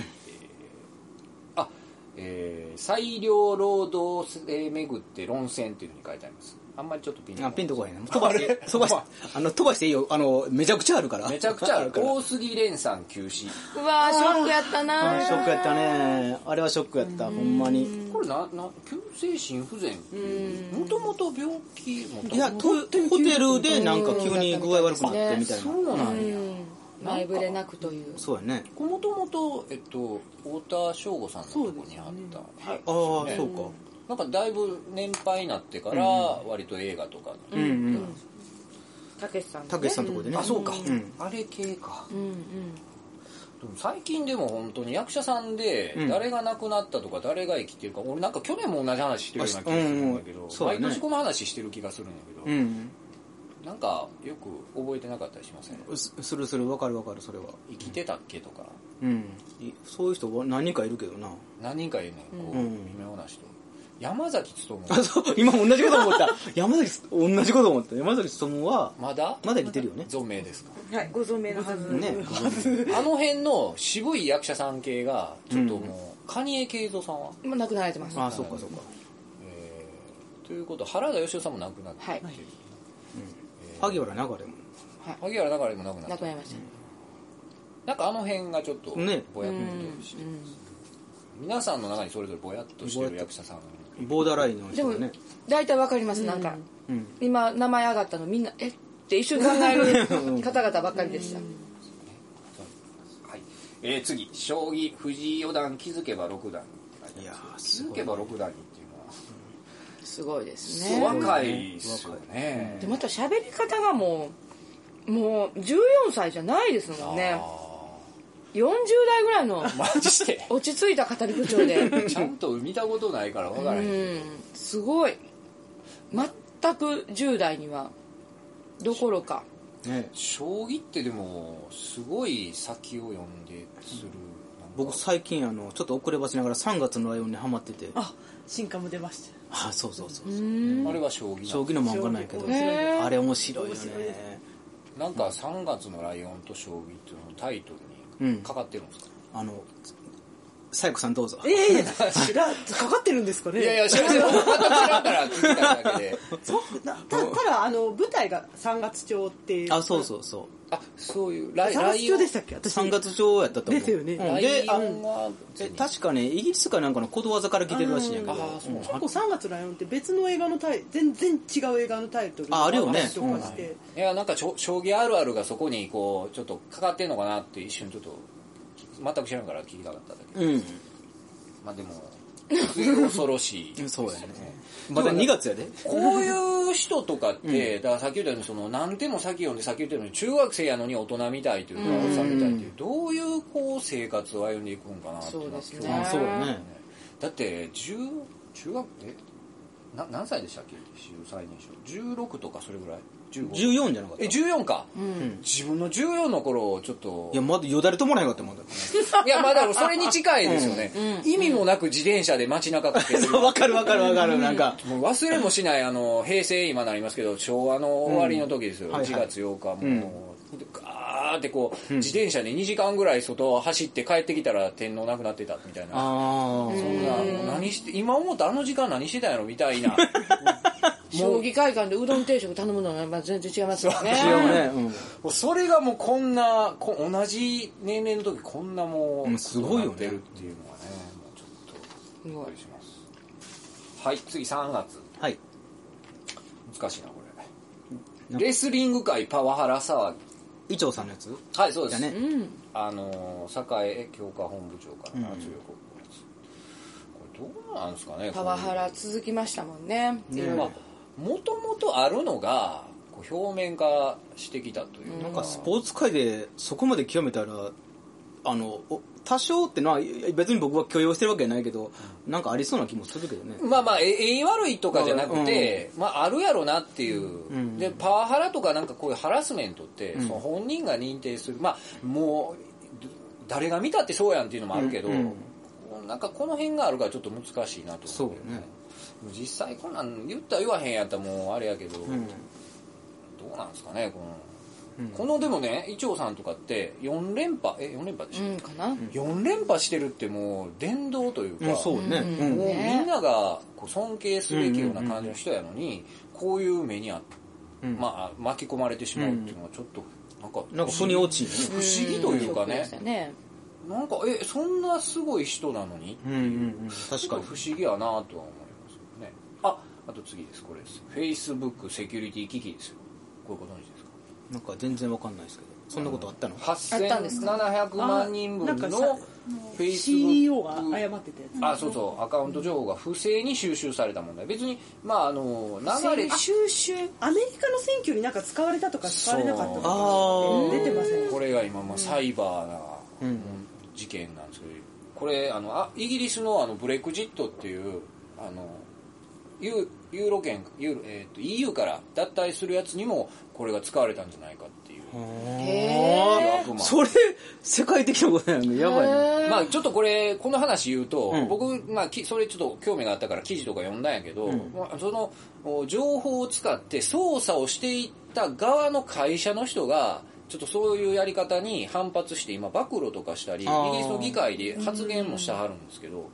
Speaker 2: あえー裁量労働を巡って論戦というふうに書いてありますあんまりちょっとピンとこな
Speaker 1: あ、
Speaker 2: い
Speaker 1: ピンとこへんね。飛ばして、飛ばして、 あの、飛ばしていいよ。あの、めちゃくちゃあるから。
Speaker 2: めちゃくちゃある
Speaker 1: から。
Speaker 2: 大杉蓮さん休止
Speaker 7: うわーショックやったな
Speaker 1: あれショッ
Speaker 7: ー
Speaker 1: クやったね。あれはショックやった、ほんまに。
Speaker 2: これなな急性心不全っていうもともと病気も
Speaker 1: いや、とホテルでなんか急に具合悪くなってみたいな。
Speaker 2: そうなんや
Speaker 7: 前触れなくという
Speaker 1: そうやね。
Speaker 2: もともとえっと太田省吾さんのとこにあった、は
Speaker 1: あ
Speaker 2: い
Speaker 1: あ、そう
Speaker 2: ね
Speaker 1: か。
Speaker 2: なんかだいぶ年配になってから割と映画とか、
Speaker 1: うんうん。
Speaker 7: たけしさん
Speaker 1: たけしさんとこでね。
Speaker 2: あそうか、
Speaker 1: ん
Speaker 2: あれ系か
Speaker 7: うんうん
Speaker 2: でも最近でも本当に役者さんで
Speaker 1: うん
Speaker 2: 誰が亡くなったとか誰が生きてるか、俺なんか去年も同じ話してるような気がするんだけど、
Speaker 1: あしうんうんそうだね
Speaker 2: 毎年この話してる気がするんだけど、
Speaker 1: うん。
Speaker 2: なんかよく覚えてなかったりしません
Speaker 1: すするする、わかるわかる、それは。
Speaker 2: 生きてたっけとか
Speaker 1: うん。いそういう人は何人かいるけどな。
Speaker 2: 何人かいるねんこう、
Speaker 1: うん
Speaker 2: 微妙な人山崎努
Speaker 1: あ、そう、 今同じこと思った。 山崎す、同じこと思った。山崎努は、
Speaker 2: まだ
Speaker 1: まだ生きてるよね。
Speaker 2: 存命ですか
Speaker 6: はいご存命のはず
Speaker 1: ね。
Speaker 2: あの辺の渋い役者さん系がちょっともう、蟹江慶三さんは、
Speaker 7: もう亡くなられてます
Speaker 1: あ、そうかそうか。
Speaker 2: えーということ原田芳雄さんも亡くなって、
Speaker 7: はい
Speaker 1: 萩原流れも。
Speaker 2: 萩原流れも亡くな
Speaker 7: 亡
Speaker 2: っ
Speaker 7: く
Speaker 2: て
Speaker 7: なりまし
Speaker 2: なんかあの辺がちょっとぼやっ
Speaker 1: ね
Speaker 2: としてます、皆さんの中にそれぞれぼやっとしてる役者さんがいる
Speaker 1: ボーダーラインの
Speaker 7: たで
Speaker 1: 人
Speaker 7: も
Speaker 1: がね。
Speaker 7: 大体わかりますなんか
Speaker 1: うん。
Speaker 7: 今名前上がったのみんなえって一緒に考える方々ばっかりでした
Speaker 2: はいえー次将棋藤井四段気づけば六段
Speaker 1: いやー、
Speaker 2: 気
Speaker 1: す
Speaker 2: づ
Speaker 1: ご
Speaker 2: け
Speaker 1: い。
Speaker 2: ば六段にっていうのは
Speaker 7: すごいです
Speaker 2: そう
Speaker 7: ね
Speaker 2: 若いですよね
Speaker 7: でまた喋り方がもうもう14歳じゃないですもんね40代ぐらいの
Speaker 2: マジで
Speaker 7: 落ち着いた語り口調 で
Speaker 2: ちゃんと見たことないから分からへん、
Speaker 7: うんすごい全く10代にはどころか
Speaker 1: ね
Speaker 2: 将棋ってでもすごい先を読んでする、
Speaker 1: 僕最近あのちょっと遅ればせながら3月のライオンにハマっててあ
Speaker 6: あ進化も出ました
Speaker 1: そうそうそうそう
Speaker 2: あれは将棋なんだ
Speaker 1: 将棋の漫画なんやけど
Speaker 6: 将棋面白い
Speaker 1: あれ面白いよ
Speaker 6: 面白いで
Speaker 1: ね
Speaker 2: なんか3月のライオンと将棋っていうののタイトル
Speaker 1: うん
Speaker 2: にかかってるんですか、
Speaker 1: あのサイコさんどうぞ
Speaker 6: え えいやかかってるんですかね
Speaker 2: いやいや、知らない。形だから聞いただけ で。
Speaker 6: そうたただあの舞台が三月町っていう
Speaker 1: あそうそうそう
Speaker 2: あ、そういう、ライ
Speaker 6: 三
Speaker 2: ラ
Speaker 6: 月
Speaker 2: イオン。
Speaker 6: 町でしたっけ私
Speaker 1: 3月上やったと思う
Speaker 6: ですよね
Speaker 1: うん
Speaker 2: ラ
Speaker 1: で
Speaker 2: イ
Speaker 1: あ
Speaker 2: オンは、
Speaker 1: え確かねイギリスかなんかのことわざから来てるらしいんやけど
Speaker 2: あーそう
Speaker 1: うん
Speaker 6: 結構3月ライオンって別の映画のタイ全然違う映画のタイトル
Speaker 1: ああるよね
Speaker 6: 話とかして、
Speaker 2: いや、なんかちょ、将棋あるあるがそこに、こう、ちょっとかかってんのかなって一瞬ちょっと、全く知らんから聞きたかっただけ。
Speaker 1: うん
Speaker 2: まあ でも、恐ろしい、
Speaker 1: そうやね。まだ2月やで
Speaker 2: こういう人とかって、だからさっき言ったように、その、何でも先読んで先言ったように、中学生やのに大人みたいというか、おっさんみたいという、どういう、こう、生活を歩んでいくんかなっていうのは
Speaker 1: あーそうやね
Speaker 2: だって10中学えな何歳でしたっけ最年少16とかそれぐらい15
Speaker 1: 14じゃなかった
Speaker 2: え14か、自分の14の頃をちょっと
Speaker 1: いやまだよだれともらへんかったもんだ
Speaker 2: いやまあだからそれに近いですよね、意味もなく自転車で街中駆ける
Speaker 1: わかるわかるわかるなんか
Speaker 2: もう忘れもしないあの平成今なりますけど昭和の終わりの時ですよ、
Speaker 1: うんはいはい
Speaker 2: 1月8日もう、ガーってこう、自転車で2時間ぐらい外を走って帰ってきたら天皇亡くなってたみたいな
Speaker 1: ああ
Speaker 2: そんなもう何して今思ったらあの時間何してたんやろみた いな
Speaker 7: 将棋会館でうどん定食頼むのがまあ全然違いますよね。
Speaker 1: 違うねうん
Speaker 2: もうそれがもうこんなこ同じ年齢の時こんなもう
Speaker 1: うんすごいよね
Speaker 2: ことになってるっていうのはねもうちょっとびっくりしますはい次3月
Speaker 1: はい
Speaker 2: 難しいなこれレスリング界パワハラ騒ぎ
Speaker 1: 伊調さんのやつ
Speaker 2: はいそうで
Speaker 1: だ
Speaker 2: す
Speaker 1: ね
Speaker 2: あの栄教科本部長から圧力をこうこれどうなんですかね
Speaker 7: パワハラ続きましたもんね。
Speaker 2: まあもともとあるのがこう表面化してきたという
Speaker 1: なんかスポーツ界でそこまで極めたらあのお多少ってのはいや別に僕は許容してるわけじゃないけどなんかありそうな気もするけどね
Speaker 2: まあまあ、ええい悪いとかじゃなくて、まあ、あるやろなっていう、
Speaker 1: ん
Speaker 2: で、パワハラとかなんかこういうハラスメントって、その本人が認定する、まあ、もう、ど誰が見たってそうやんっていうのもあるけど、
Speaker 1: うん
Speaker 2: なんかこの辺があるからちょっと難しいなと
Speaker 1: そう
Speaker 2: 思うけど
Speaker 1: ね。
Speaker 2: 実際こんなん言ったら言わへんやったらもうあれやけど、
Speaker 1: うん
Speaker 2: どうなんですかね、この、
Speaker 1: うん
Speaker 2: このでもね、伊調さんとかって4連覇、え、4連覇でし
Speaker 7: う
Speaker 2: ょ、
Speaker 7: ん、かな。
Speaker 2: ?4 連覇してるってもう殿堂というか、
Speaker 1: うんそうねう
Speaker 2: もうんみんながこう尊敬すべきような感じの人やのに、こういう目にあっ
Speaker 1: うん
Speaker 2: まあ、巻き込まれてしまうっていうのはちょっと、なんか、
Speaker 1: なんか腑に落ちん
Speaker 2: 不
Speaker 1: よね
Speaker 2: 思議というか
Speaker 7: ショックで
Speaker 2: ね
Speaker 7: し、たね。
Speaker 2: なんか、え、そんなすごい人なのに
Speaker 1: うんうんうん
Speaker 2: ち
Speaker 1: 確
Speaker 2: ょ
Speaker 1: か
Speaker 2: っと
Speaker 1: に
Speaker 2: 不思議やなとは思いますよね。あ、あと次です、これです。Facebook セキュリティ危機ですよ。こういうことにですか
Speaker 1: なんか全然わかんないですけどそんなことあったの
Speaker 2: 8700万人分
Speaker 6: あなんか
Speaker 2: の
Speaker 6: さ
Speaker 2: Facebook
Speaker 6: CEO が謝ってたやつ
Speaker 2: あそうそうアカウント情報が不正に収集された問題別にまああの流れ
Speaker 6: 収集アメリカの選挙になんか使われたとか使われなかったと
Speaker 2: そう
Speaker 6: か
Speaker 1: あ
Speaker 6: 出てません
Speaker 2: これが今、まあ、サイバーな、
Speaker 1: ん
Speaker 2: うん事件なんですけどこれあのあイギリスのあのブレクジットっていうあのユーユーロ圏ユーロ、えー、と EU から脱退するやつにもこれが使われたんじゃないかっていう
Speaker 1: あ
Speaker 2: 悪魔
Speaker 1: それ世界的なことやんねやばいね
Speaker 2: まあちょっとこれこの話言うと、
Speaker 1: うん
Speaker 2: 僕、まあ、きそれちょっと興味があったから記事とか読んだんやけど、まあ、そのお情報を使って捜査をしていった側の会社の人がちょっとそういうやり方に反発して今暴露とかしたりイギ
Speaker 1: あー
Speaker 2: リスの議会で発言もしてはるんですけど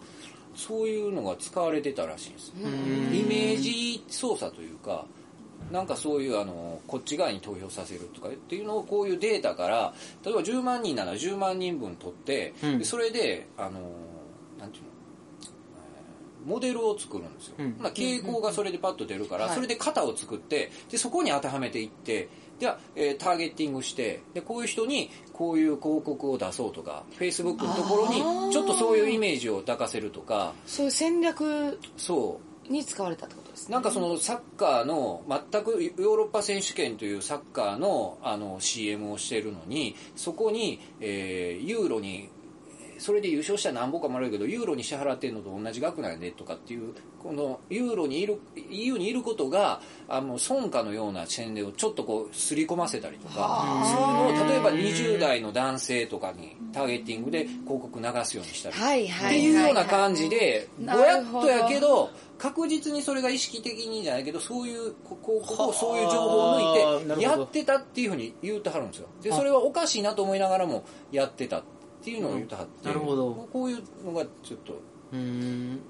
Speaker 2: そういうのが使われてたらしいんですイメージ操作というかなんかそういうあのこっち側に投票させるとかっていうのをこういうデータから例えば10万人なら10万人分取って、
Speaker 1: うん
Speaker 2: でそれであのなんていうのえーモデルを作るんですよ、
Speaker 1: うん
Speaker 2: ほな傾向がそれでパッと出るから、それで型を作ってでそこに当てはめていってでは、えーターゲッティングしてでこういう人にこういう広告を出そうとか Facebook のところにちょっとそういうイメージを抱かせるとか
Speaker 7: そういう戦略
Speaker 2: そう
Speaker 7: に使われたってことですね。
Speaker 2: なんかそのサッカーの全くヨーロッパ選手権というサッカーのあの CM をしているのにそこに、えーユーロにえーそれで優勝したらなんぼかもらえるけどユーロに支払ってるのと同じ額なんやでとかっていうこのユーロにいる EU にいることがあの損かのような宣伝をちょっとこう刷り込ませたりとかするのを例えば20代の男性とかにターゲティングで広告流すようにしたりとか
Speaker 7: はい
Speaker 2: っ
Speaker 7: はいはいはい
Speaker 2: ていうような感じでぼ
Speaker 7: なる
Speaker 2: や
Speaker 7: ほ
Speaker 2: っ
Speaker 7: ど
Speaker 2: とやけど確実にそれが意識的にじゃないけどそういうここここそういう情報を
Speaker 1: はあ
Speaker 2: 抜
Speaker 1: ないる
Speaker 2: て
Speaker 1: ほ
Speaker 2: や
Speaker 1: ど
Speaker 2: ってたっていうふうに言うてはるんですよでそれはおかしいなと思いながらもやってたっていうのを言うてはって
Speaker 1: なるほど
Speaker 2: こういうのがちょっと
Speaker 1: うん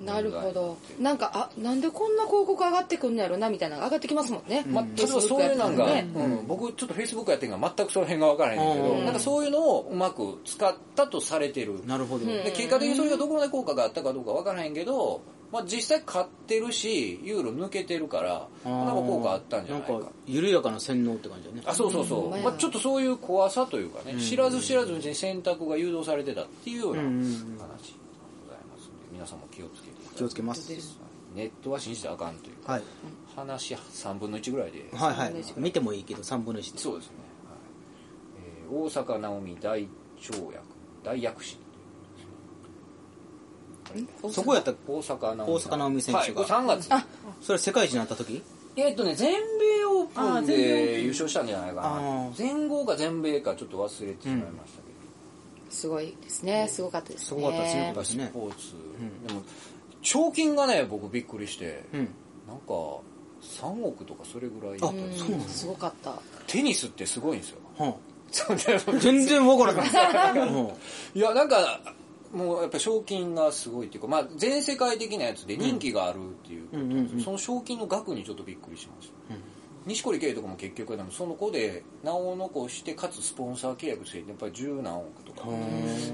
Speaker 7: なるほどなんかあなんでこんな広告上がってくんのやろなみたいなのが上がってきますもんね、
Speaker 2: まあ、例えばそういうなんが、うん、僕ちょっとフェイスブックやってるから全くその辺が分からへんけど、
Speaker 1: うん
Speaker 2: なんかそういうのをうまく使ったとされてる
Speaker 1: なるほど、
Speaker 2: で結果的にそれがどこまで効果があったかどうかわからへんけど、まあ、実際買ってるしユーロ抜けてるからなんか効果あったんじゃないか
Speaker 1: なんか緩やかな洗脳って感じだね
Speaker 2: あそうそうそう、まあ、ちょっとそういう怖さというかね、知らず知らずのうちに選択が誘導されてたっていうような話
Speaker 1: んうん
Speaker 2: でございますので皆さんも気をつけていただいて
Speaker 1: 気をつけます
Speaker 2: ネットは信じてあかんというか
Speaker 1: はい
Speaker 2: 話3分の1ぐらいで
Speaker 1: はいはい見てもいいけど3分の1
Speaker 2: そうですね、はいえー大阪直美大跳躍大躍進
Speaker 1: そこやったら
Speaker 2: 大阪直
Speaker 1: 大阪なおみ選手が
Speaker 2: はい、3月
Speaker 1: それ世界一になった時
Speaker 2: えっとね、全米オープンで優勝したんじゃないか
Speaker 1: あ
Speaker 2: な
Speaker 1: ー。
Speaker 2: 全豪か全米かちょっと忘れてしまいましたけ
Speaker 7: すごいですねすごかったですね
Speaker 1: すごかったですね
Speaker 2: ど、やっぱス
Speaker 1: ね
Speaker 2: ポーツ、でも、賞金がね、僕びっくりして、
Speaker 1: うん
Speaker 2: なんか、3億とかそれぐらい
Speaker 1: あそうなんです
Speaker 7: すごかった
Speaker 2: テニスってすごいんですよ。
Speaker 1: は
Speaker 2: そうで
Speaker 1: あ全然わからない、うん
Speaker 2: いや、なんか、もうやっぱ賞金がすごいっていうか、まあ、全世界的なやつで人気があるっていうことなんですよ
Speaker 1: うんうんうん
Speaker 2: その賞金の額にちょっとびっくりしました。錦織圭とかも結局でもその子で名を残してかつスポンサー契約してやっぱり十何億とか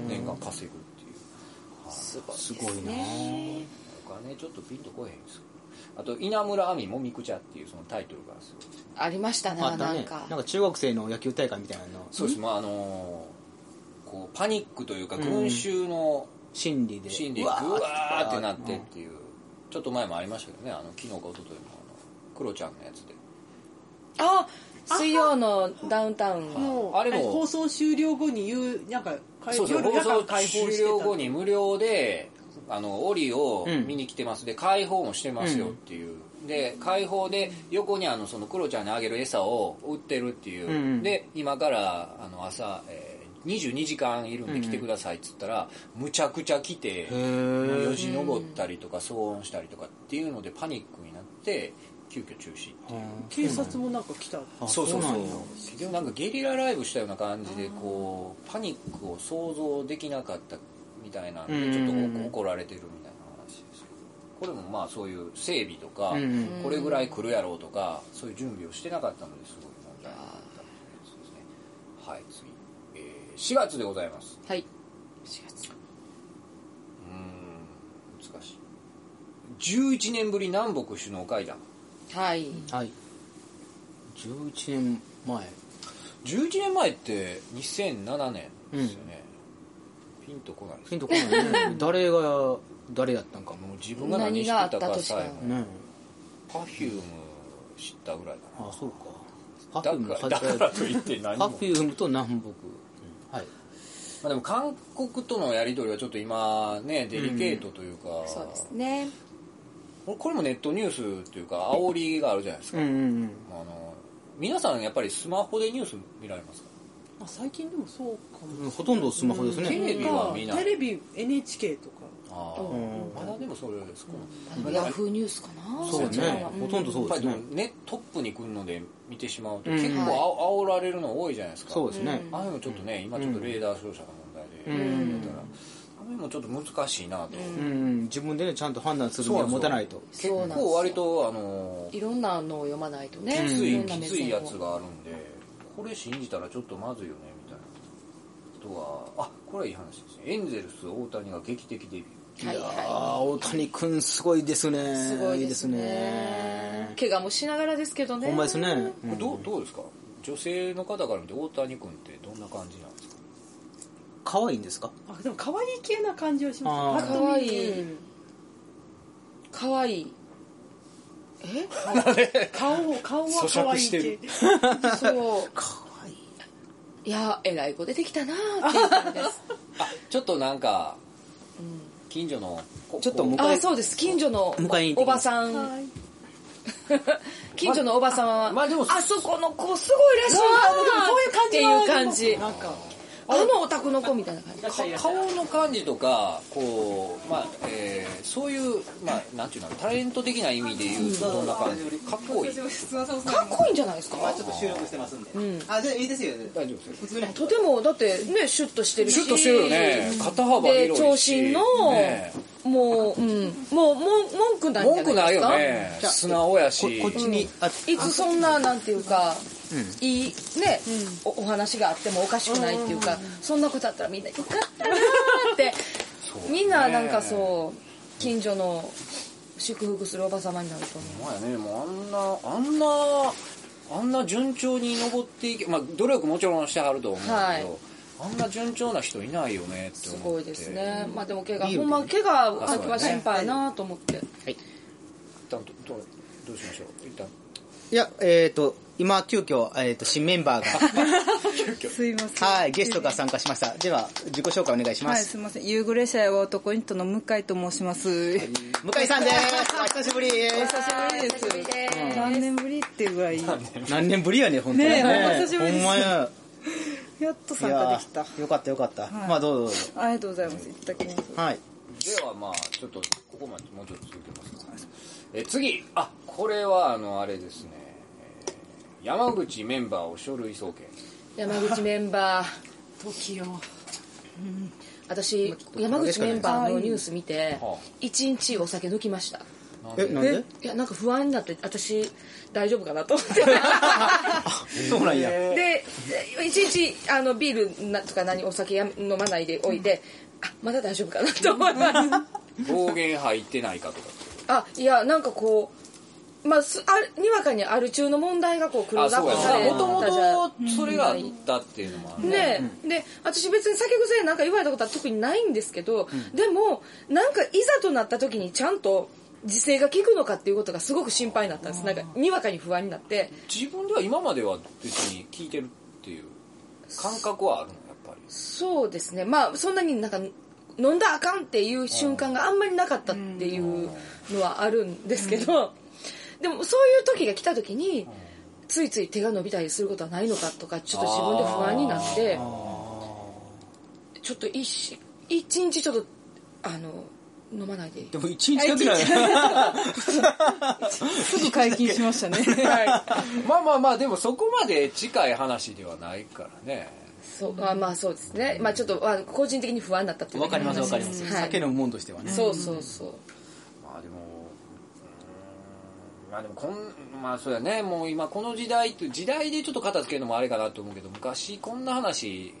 Speaker 2: 年間稼ぐっていう
Speaker 7: すごい
Speaker 1: すごいな
Speaker 2: お金ちょっとピンとこえへんですけどあと稲村亜美もみくちゃっていうそのタイトルがすごい
Speaker 7: ありまし たな
Speaker 1: あった
Speaker 7: な
Speaker 1: ね
Speaker 7: んか
Speaker 1: なんか中学生の野球大会みたいなの
Speaker 2: そうですまああのーこうパニックというか群衆の
Speaker 1: 心理で
Speaker 2: 心理
Speaker 1: う
Speaker 2: が
Speaker 1: わ
Speaker 2: ぐわーってなっ
Speaker 1: うん
Speaker 2: てっていう、ちょっと前もありましたけどねあの昨日か一昨日もあのクロちゃんのやつで
Speaker 7: あ水曜のダウンタウン
Speaker 6: もう
Speaker 2: あれも
Speaker 6: え放送終了後に言うなんか解
Speaker 2: そうそう
Speaker 6: 夜
Speaker 2: 放
Speaker 6: 夜間
Speaker 2: 送
Speaker 6: 解放して
Speaker 2: 終
Speaker 6: た
Speaker 2: 了後に無料であの折を
Speaker 1: うん
Speaker 2: 見に来てます、で開放もしてますよっていう、で開放で横にあのそのクロちゃんにあげる餌を売ってるっていう、
Speaker 1: うんうん
Speaker 2: で今からあの朝、えー22時間いるんで来てくださいっつったら、むちゃくちゃ来て
Speaker 1: ー
Speaker 2: よじ登ったりとか騒音したりとかっていうのでパニックになって急遽中止っていう
Speaker 6: 警察もなんか来た
Speaker 1: あ
Speaker 2: そうそうそ
Speaker 1: な
Speaker 2: う
Speaker 1: んや
Speaker 2: 結局なんかゲリラライブしたような感じでこうパニックを想像できなかったみたいなん
Speaker 1: うん
Speaker 2: で
Speaker 1: う
Speaker 2: ちょっ
Speaker 1: ん
Speaker 2: と
Speaker 1: うん
Speaker 2: お怒られてるみたいな話ですけどこれもまあそういう整備とか
Speaker 1: うんうん
Speaker 2: これぐらい来るやろうとかそういう準備をしてなかったのですごい問題になったというやつですねはい次、えー4月でございます
Speaker 7: はい
Speaker 2: うーん難しい11年ぶり南北首脳会談
Speaker 7: はい
Speaker 1: はい11年前
Speaker 2: 11年前って2007年ですよね、ピンとこないです
Speaker 1: ピンとこない ね誰が誰やったんかも
Speaker 2: もう自分が何してたかさえ
Speaker 7: 何があったとしか
Speaker 1: ね
Speaker 2: パフューム知ったぐらい
Speaker 1: あそうか
Speaker 2: だなだからだからといって何
Speaker 1: パ
Speaker 2: も、
Speaker 1: フュームと南北、はい
Speaker 2: まあ、でも韓国とのやり取りはちょっと今ねデリケートというか、
Speaker 7: そうですね
Speaker 2: これもネットニュースというか煽りがあるじゃないですか、
Speaker 1: うんうん
Speaker 2: あの皆さんやっぱりスマホでニュース見られますか
Speaker 6: あ最近でもそうかも
Speaker 1: うんほとんどスマホです
Speaker 2: テレ
Speaker 1: ね
Speaker 2: ビは見ない
Speaker 6: テレビ NHK とか
Speaker 2: ああ、まだでもそれですか、
Speaker 7: ヤフーニュースかな
Speaker 1: そうねほとんど
Speaker 2: や
Speaker 1: そ
Speaker 2: っ
Speaker 1: う
Speaker 2: ぱ
Speaker 1: で
Speaker 2: り
Speaker 1: す
Speaker 2: でも
Speaker 1: ね
Speaker 2: ねトップに来るので見てしまうと結構あお、煽られるの多いじゃないですか
Speaker 1: そうですね
Speaker 2: ああいうのちょっとね、今ちょっとレーダー照射の問題で、やったらあれもちょっと難しいなと、
Speaker 1: うんうん自分でねちゃんと判断するには持たないと
Speaker 2: 結
Speaker 7: そうなんですよ
Speaker 2: 構割とあの
Speaker 7: いろんなのを読まないとね
Speaker 2: きつ
Speaker 7: い
Speaker 2: い
Speaker 7: ろんな
Speaker 2: き
Speaker 7: 目
Speaker 2: つい
Speaker 7: 線
Speaker 2: や
Speaker 7: を
Speaker 2: つがあるんでこれ信じたらちょっとまずいよねみたいなことはあこれはいい話ですねエンゼルス大谷が劇的デビュー
Speaker 7: はいは
Speaker 1: ああ大谷君すごいですね
Speaker 7: いすごいですね怪我もしながらですけどね
Speaker 1: ほんまですね、
Speaker 2: これどうどうですか女性の方から見て大谷君ってどんな感じなんですか
Speaker 1: 可愛いんですか
Speaker 6: あでも可愛い系な感じはし
Speaker 1: あ
Speaker 6: ま
Speaker 1: ー
Speaker 6: すパッと見
Speaker 7: 可愛い
Speaker 6: うん
Speaker 7: 可愛い
Speaker 6: 顔顔は可愛い系
Speaker 7: そう。かわいい。いや、えらい子出てきたなーっていう感じです。
Speaker 2: あちょっとなんか近所のこ
Speaker 1: ちょっと
Speaker 2: こう
Speaker 1: 向か
Speaker 7: あ
Speaker 1: い
Speaker 7: そうです近所の
Speaker 1: 迎えに行ってきます
Speaker 7: おばさん 近所のおばさんは、
Speaker 2: まあでも
Speaker 7: あそこの子すごいらしいな
Speaker 6: そういう感じは
Speaker 7: っていう感じ
Speaker 6: なんか
Speaker 7: あのお宅の子みたいな感じ
Speaker 2: か顔の感じとかこう、まあえーそういう、まあ、なんていうのタレント的な意味で言うとこんな感じかっこいい
Speaker 8: すいませんすいません
Speaker 7: かっこいいんじゃないですか
Speaker 8: まあちょっと収録してますんで、あじゃあいいですよ
Speaker 2: 大丈夫ですよ
Speaker 8: 普通に
Speaker 7: とてもだってねシュッとしてるし
Speaker 2: シュッとしてるよね肩幅広
Speaker 7: で
Speaker 2: いし
Speaker 7: 長身の、
Speaker 2: ね
Speaker 7: もう、うん、もう文文句ないんじ
Speaker 2: 文
Speaker 7: ゃな
Speaker 2: 句
Speaker 7: いですか
Speaker 2: ないよね素直やし
Speaker 1: こっちに、あ、
Speaker 7: いつそんな、なんていうか、いい、ね、おお話があってもおかしくないっていうか、そんなことあったらみんな、よかったなーって、 みんななんかそう、近所の祝福するおば様になると思
Speaker 2: まあねもうあんなあんなあんな順調に登っていけまあ努力もちろんしてはると思うんだけど、
Speaker 7: はい
Speaker 2: あんな順調な人いないよねって
Speaker 7: う。
Speaker 2: 思
Speaker 7: す
Speaker 2: って
Speaker 7: ごいですね。まあでも怪我、ほんま怪我は心配なーと思って。
Speaker 2: 一旦どどうどうしましょう一旦
Speaker 1: いや、えっ、と、今、急遽、えっ、と、新メンバーが、
Speaker 9: すいません。
Speaker 1: はい、ゲストが参加しました。では、自己紹介お願いしま
Speaker 9: はい、
Speaker 1: す。
Speaker 9: すみません。夕暮れ社は男ニットの向井と申します。
Speaker 1: 向井さんです。お久しぶりです。
Speaker 9: 久しぶりです。何年ぶりっていうぐらい、や
Speaker 1: 何年ぶりやね、本当にね。
Speaker 9: ねえお久しぶりです
Speaker 1: ほんまや。
Speaker 9: っと参加できた
Speaker 1: い。やよかったよかった。まあ、どうぞどうぞ。
Speaker 9: ありがとうございます。いただきます。
Speaker 1: はい。
Speaker 2: ではまあちょっとここまでもうちょっと続けますえ次あこれはあのあれですねえー山口メンバーを書類送検
Speaker 7: 山口メンバー、
Speaker 6: 時よ
Speaker 7: 私、山口メンバーのニュース見て
Speaker 2: はあ、
Speaker 7: 一日お酒抜きました。
Speaker 1: え、なんで
Speaker 7: いや、なんか不安になって、私、大丈夫かなと思って。
Speaker 1: そうなんや。
Speaker 7: で、一日、あの、ビールなとか何、お酒や飲まないでおいて、あ、まだ大丈夫かなと思います。
Speaker 2: 暴言入ってないかとか
Speaker 7: あ、いや、なんかこう、まあ、すあるにわかにある中の問題がこう、クロー
Speaker 2: あ
Speaker 7: ズア
Speaker 2: そう
Speaker 7: ッ
Speaker 2: や
Speaker 7: プされ
Speaker 2: もとも
Speaker 7: たじゃん。
Speaker 2: とそれがあったっていうのもある
Speaker 7: ねで私別に酒癖なんか言われたことは特にないんですけど、でもなんかいざとなった時にちゃんと自制が効くのかっていうことがすごく心配になったんですなんかにわかに不安になって
Speaker 2: 自分では今までは別に聞いてるっていう感覚はあるのやっぱり
Speaker 7: そうですねまあそんなになんか飲んだらあかんっていう瞬間があんまりなかったっていうのはあるんですけど、でもそういう時が来た時についつい手が伸びたりすることはないのかとかちょっと自分で不安になってちょっと一一日ちょっとあの飲まないで
Speaker 1: でも、一日だけだよ。
Speaker 9: すぐ解禁しましたね。
Speaker 2: まあまあまあでもそこまで近い話ではないからね
Speaker 7: そうあまあそうですねまあちょっとあ個人的に不安になったってい う
Speaker 1: わ
Speaker 7: だ
Speaker 1: か
Speaker 7: け
Speaker 1: り
Speaker 7: の
Speaker 1: ますわか
Speaker 7: 話で
Speaker 1: ります。
Speaker 7: はい
Speaker 1: 酒飲むもんとしてはね。
Speaker 7: そうそうそう
Speaker 2: まあでもうーんまあでもこんまあそうやねもう今この時代って時代でちょっと片付けるのもあれかなと思うけど昔こんな話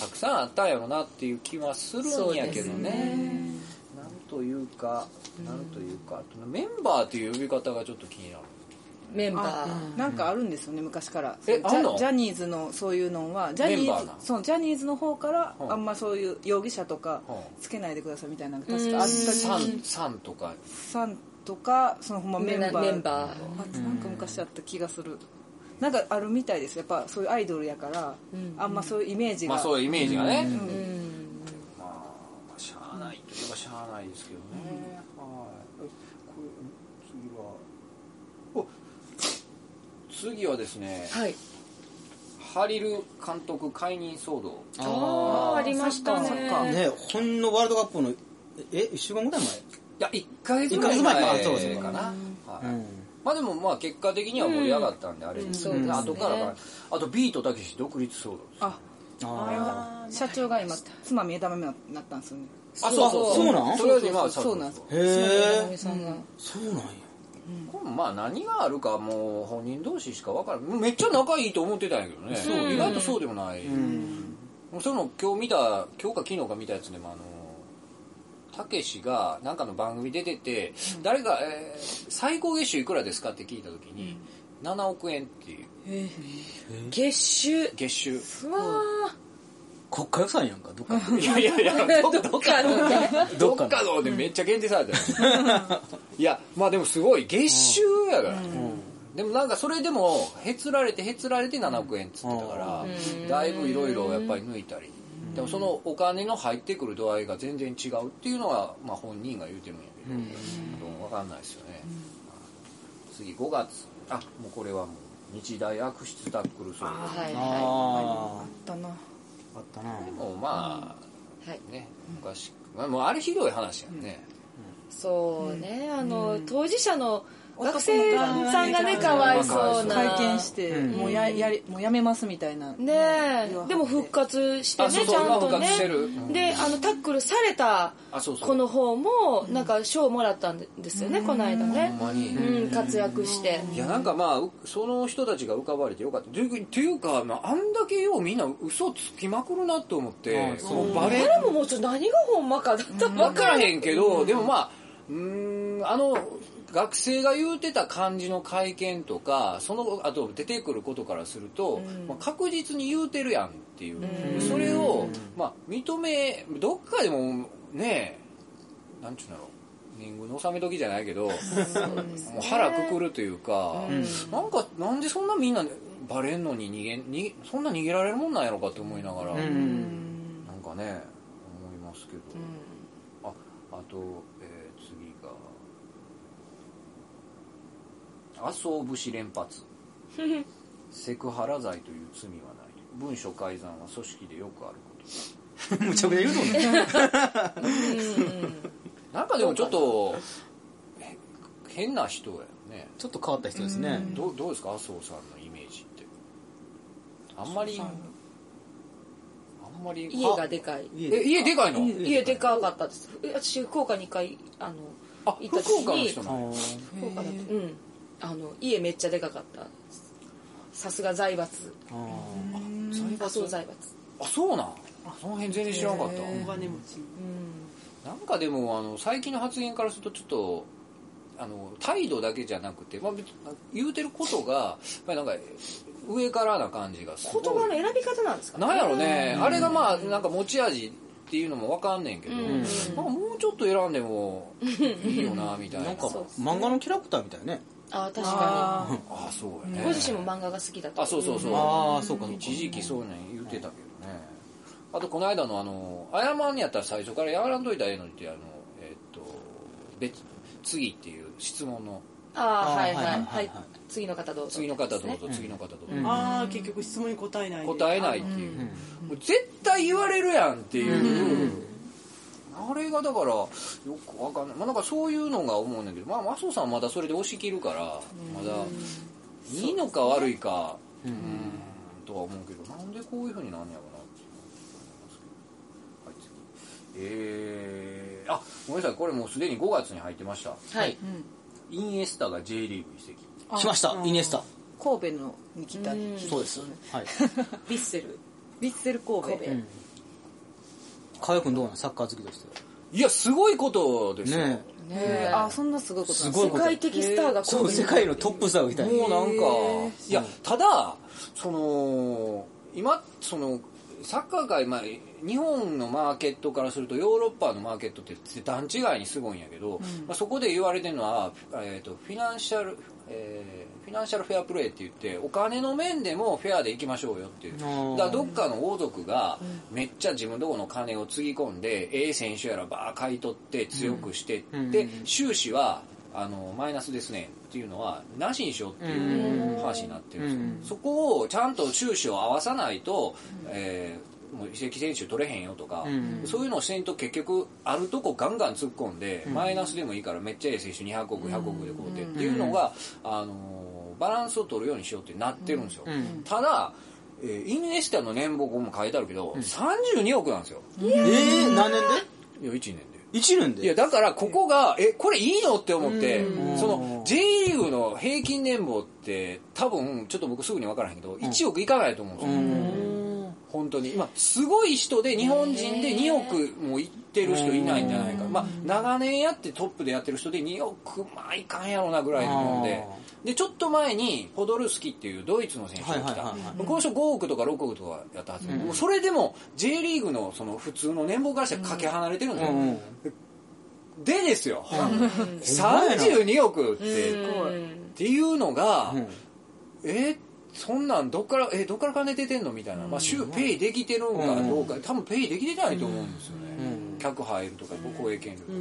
Speaker 2: たくさんあったんやろなっていう気はするんやけどねなんというかなんというか、メンバーっていう呼び方がちょっと気になる
Speaker 7: メンバ
Speaker 9: あ
Speaker 7: ー
Speaker 9: なんかあるんですよね昔から
Speaker 2: え
Speaker 9: ジ
Speaker 2: あん
Speaker 9: ャ
Speaker 2: の
Speaker 9: ジャニーズのそういうのはジャ
Speaker 2: メン
Speaker 9: ニ
Speaker 2: バ
Speaker 9: ー
Speaker 2: ー
Speaker 9: ズ
Speaker 2: な
Speaker 9: そうジャニーズの方から
Speaker 2: うん
Speaker 9: あんまそういう容疑者とか
Speaker 2: うん
Speaker 9: つけないでくださいみたいなのが確かあった
Speaker 2: さ
Speaker 9: 時
Speaker 2: んさんとか
Speaker 9: さんとかそのほんまメンバー
Speaker 7: メンバー
Speaker 9: あなんか昔あった気がするなんかあるみたいですやっぱそういうアイドルやからあんまそういうイメージ
Speaker 2: まあ
Speaker 9: が
Speaker 2: そういうイメージがね、
Speaker 9: ん
Speaker 2: まあ、まあしゃあないといえばしゃあないですけどね、はいこれ次はお次はですね
Speaker 7: はい
Speaker 2: ハリル監督解任騒動
Speaker 7: ああありましたね
Speaker 9: サッカー
Speaker 1: ねほんのワールドカップの、え、一週間ぐらい
Speaker 2: いや1ヶ月ぐ
Speaker 1: 一
Speaker 2: ら
Speaker 1: ヶ
Speaker 2: い
Speaker 1: 月
Speaker 2: 前
Speaker 1: 前
Speaker 2: か
Speaker 1: か
Speaker 2: な、
Speaker 1: そうそう
Speaker 2: はい
Speaker 1: 前うん。
Speaker 2: まあでもまあ結果的には盛り上がったんであれですけど、
Speaker 7: うんそうです
Speaker 2: 後
Speaker 7: ね
Speaker 2: からかあとビートたけし独立騒動です
Speaker 9: あ
Speaker 1: あ
Speaker 9: 社長が今妻目玉目になったんですよね
Speaker 2: あ
Speaker 1: そうそうそうなん
Speaker 2: とりあえず今は
Speaker 9: そうなんです
Speaker 1: あ。へえ。
Speaker 9: さんが
Speaker 1: そうなんや。
Speaker 2: これもまあ何があるかもう本人同士しか分からんめっちゃ仲いいと思ってたんやけどね、意外とそうでもない、もうそれも今日見た今日か昨日か見たやつでもあのたけしがなんかの番組出てて、誰が、えー最高月収いくらですかって聞いた時に、7億円っていう
Speaker 7: 月収
Speaker 2: 月収
Speaker 7: うわ
Speaker 1: 国家予算やんか、どっかの。
Speaker 2: いやいやいや
Speaker 7: ーどっかのね
Speaker 2: どっかのでめっちゃ限定されたよ、いやまあでもすごい月収やから、でもなんかそれでもへつられてへつられて7億円っつってたから、だいぶいろいろやっぱり抜いたり、でもそのお金の入ってくる度合いが全然違うっていうのは、まあ、本人が言うてるんやけど、分かんないですよね、次5月あもうこれはもう日大悪質タックル騒動
Speaker 7: はい
Speaker 1: あ
Speaker 9: だな
Speaker 1: ああったな
Speaker 2: でもまあ、
Speaker 7: はい
Speaker 2: ねおかしく、まあ、もうあれひどい話やんね、
Speaker 7: そうね、あの当事者の学生
Speaker 9: 生
Speaker 7: さんがねかわいそうな
Speaker 9: 会見してもうややりもうやめますみたいな
Speaker 7: ね
Speaker 9: 言わはっ
Speaker 7: え
Speaker 9: て
Speaker 7: でも復活して
Speaker 2: あ
Speaker 7: ね
Speaker 2: そうそう
Speaker 7: ちゃんと
Speaker 2: 今復
Speaker 7: ね
Speaker 2: 活してるうん
Speaker 7: であのタックルされた
Speaker 2: あそうそう
Speaker 7: 子の方もなんか賞をもらったんですよねこの間ね
Speaker 2: ほんまに、
Speaker 7: うん活躍して
Speaker 2: いやなんかまあうその人たちが浮かばれてよかったというというか、まあ、あんだけようみんな嘘つきまくるなと思って、もうバレ
Speaker 7: でももうちょっと何がほんまかだったば
Speaker 2: 分
Speaker 7: っか
Speaker 2: からへんけど、でもまあうーんあの学生が言うてた感じの会見とかそのあと出てくることからすると、まあ、確実に言うてるやんっていう、それを、まあ、認めどっかでもねえなんちゅうんだろう年貢の納め時じゃないけど、もう腹くくるというか、なんかなんでそんなみんなバレんのに逃げにそんな逃げられるもんなんやろかって思いながら、なんかね思いますけど、ああと、えー次が麻生節連発 セクハラ罪という罪はない文書改ざんは組織でよくあること
Speaker 1: むちゃくちゃ言うとんね
Speaker 2: なんかでもちょっとへ変な人やね
Speaker 1: ちょっと変わった人ですね
Speaker 2: どうどうですか麻生さんのイメージってあんまりあんまり
Speaker 7: 家が
Speaker 2: あ
Speaker 7: でかい
Speaker 2: え家でかいの
Speaker 7: 家でかかったですえ私福岡に一回あの
Speaker 2: あ
Speaker 7: 行
Speaker 2: 福
Speaker 7: った時に
Speaker 2: 岡
Speaker 1: あ
Speaker 2: の人なの
Speaker 1: ー
Speaker 7: 福岡だとうんあの家めっちゃでかかったさすが財閥
Speaker 1: あー
Speaker 7: 麻生財閥
Speaker 2: あそうなんあその辺全然知らなかった、
Speaker 6: お金持ち
Speaker 2: なんかでもあの最近の発言からするとちょっとあの態度だけじゃなくて、まあ、別に言うてることが、まあ、なんか上からな感じがすごい
Speaker 7: 言葉の選び方なんですか
Speaker 2: なんやろね、あれがまあなんか持ち味っていうのもわかんねんけど、まあ、もうちょっと選んでもいいよなみたいな
Speaker 1: なんか漫画のキャラクターみたいね
Speaker 7: ああ確か
Speaker 2: あそう
Speaker 7: に
Speaker 2: や
Speaker 7: ご
Speaker 2: ね
Speaker 7: 自身も漫画が好きだと
Speaker 2: あそうそうそう、
Speaker 1: ああそうかそうか
Speaker 2: 一時期そういうの言ってたけどね、あとこの間のあの謝んやったら最初から謝らんといたらええのにってあのえっと別次っていう質問の
Speaker 7: ああはいはい
Speaker 1: あーはい
Speaker 7: は
Speaker 1: はいい
Speaker 7: 次の方どうぞ
Speaker 2: 次の方どうぞ次の方どうぞ、
Speaker 6: ああ結局質問に答えないで
Speaker 2: 答えないっていう、もう絶対言われるやんっていう、あれがだからよくわかんない、まあ、なんかそういうのが思うんだけど、まあ、麻生さんはまだそれで押し切るから、まだいいのか悪いか、うん、とは思うけどなんでこういうふうになんねやろなって思いますけどはい次えー、あごめんなさいこれもうすでに5月に入ってました
Speaker 7: はい
Speaker 2: インエスタが J リーグ移籍
Speaker 1: 来ましたイニエスタ
Speaker 9: 神戸のに来た
Speaker 1: そうですはい
Speaker 7: ヴィッセル
Speaker 9: ビッセル神戸
Speaker 1: 河合君どうなんサッカー好きとして
Speaker 2: いやすごいことですよ、
Speaker 1: ね
Speaker 9: えーあそんなすごいことなんです
Speaker 1: ごいこ
Speaker 7: 世
Speaker 1: と
Speaker 7: 界的スターが
Speaker 1: えそう世界のトップスターがいた
Speaker 2: もう
Speaker 1: よ
Speaker 2: なんか、いや、ただ、その、今、その、サッカー界、まあ、日本のマーケットからするとヨーロッパのマーケットって段違いにすごいんやけど、まあ、そこで言われてるのは、えー、とフィナンシャル、えーフィナンシャルフェアプレーって言ってお金の面でもフェアでいきましょうよっていうだ
Speaker 1: ー
Speaker 2: からどっかの王族がめっちゃ自分のとこの金をつぎ込んで、ええ選手やらばー買い取って強くしてって、
Speaker 1: うん
Speaker 2: で収支はあのマイナスですねっていうのはなしにしようっていう話になってるんです
Speaker 1: うん
Speaker 2: よ、そこをちゃんと収支を合わさないと、えーもう移籍選手取れへんよとか、
Speaker 1: ん
Speaker 2: そういうのをせんと結局あるとこガンガン突っ込んで、マイナスでもいいからめっちゃええ選手200億100億でこうてっていうのが、あのーバランスを取るようにしようってなってるんですよ、
Speaker 1: ん
Speaker 2: ただ、えーインエスタの年俸も書いてあるけど、32億なんですよ、
Speaker 1: ええー何年
Speaker 2: いや1年で。
Speaker 1: で1年
Speaker 2: いや、
Speaker 1: で
Speaker 2: だからここが、え、これいいのって思って、
Speaker 1: ん
Speaker 2: その J リーグの平均年俸って多分、ちょっと僕すぐに分からへんけど、1億いかないと思うんですよ。本当に。今、すごい人で、日本人で2億もいってる人いないんじゃないか。まあ、長年やってトップでやってる人で2億、まあいかんやろなぐらいのもんで。で、ちょっと前に、ポドルスキっていうドイツの選手が来た。
Speaker 1: はいはいはいはい
Speaker 2: この人5億とか6億とかやったはず。もうそれでも、J リーグのその普通の年俸からしたらかけ離れてるんですよ。
Speaker 1: うんうん
Speaker 2: でですよ、
Speaker 1: ほんまやな
Speaker 2: 32億ってっていうのが、
Speaker 1: うん
Speaker 2: えそんなんどっからえどっから金出てんのみたいな、まあ、週ペイできてるんかどうか、多分ペイできてないと思うんですよね、客入るとか公営権利とか、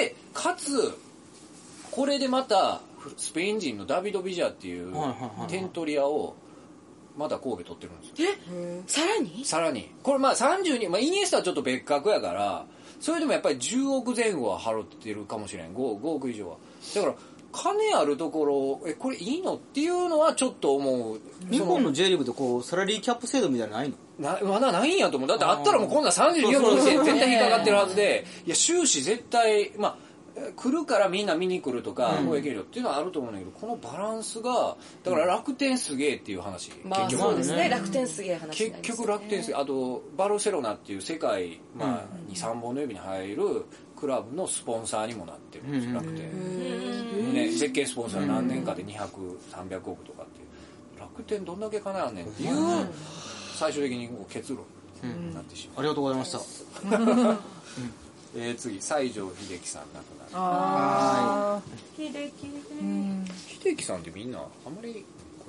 Speaker 2: でかつこれでまたスペイン人のダビド・ビジャっていう
Speaker 1: はいはいはい
Speaker 2: 点取り屋をまた神戸取ってるんですよ
Speaker 7: さらに
Speaker 2: さらに。これまあ30人、まあイニエスタはちょっと別格やから、それでもやっぱり10億前後は払ってるかもしれん。5, 5億以上は。だから、金あるところ、え、これいいのっていうのはちょっと思う。
Speaker 1: 日本の J リーグってこう、サラリーキャップ制度みたいなのないの
Speaker 2: な、まだないんやと思う。だってあったらもうこんなん32億って絶対引っかかってるはずで、いや、終始絶対、まあ、え来るからみんな見に来るとか、公益料っていうのはあると思うんだけど、このバランスが、だから楽天すげえっていう話。
Speaker 7: まあ
Speaker 2: 結局
Speaker 7: そうですね楽天すげえ話にな
Speaker 2: 結
Speaker 7: ります
Speaker 2: 局楽天ですよあとバルセロナっていう世界、まあに3本の指に入るクラブのスポンサーにもなってるんですよ楽天、ね、設計スポンサー何年かで200300億とかっていう楽天どんだけ金あんねんっていう最終的にこう結論になってしま
Speaker 1: ありがとうございました。
Speaker 2: う、えー次西城秀樹さん亡くなる
Speaker 1: は
Speaker 2: 秀樹さんってみんなあんまり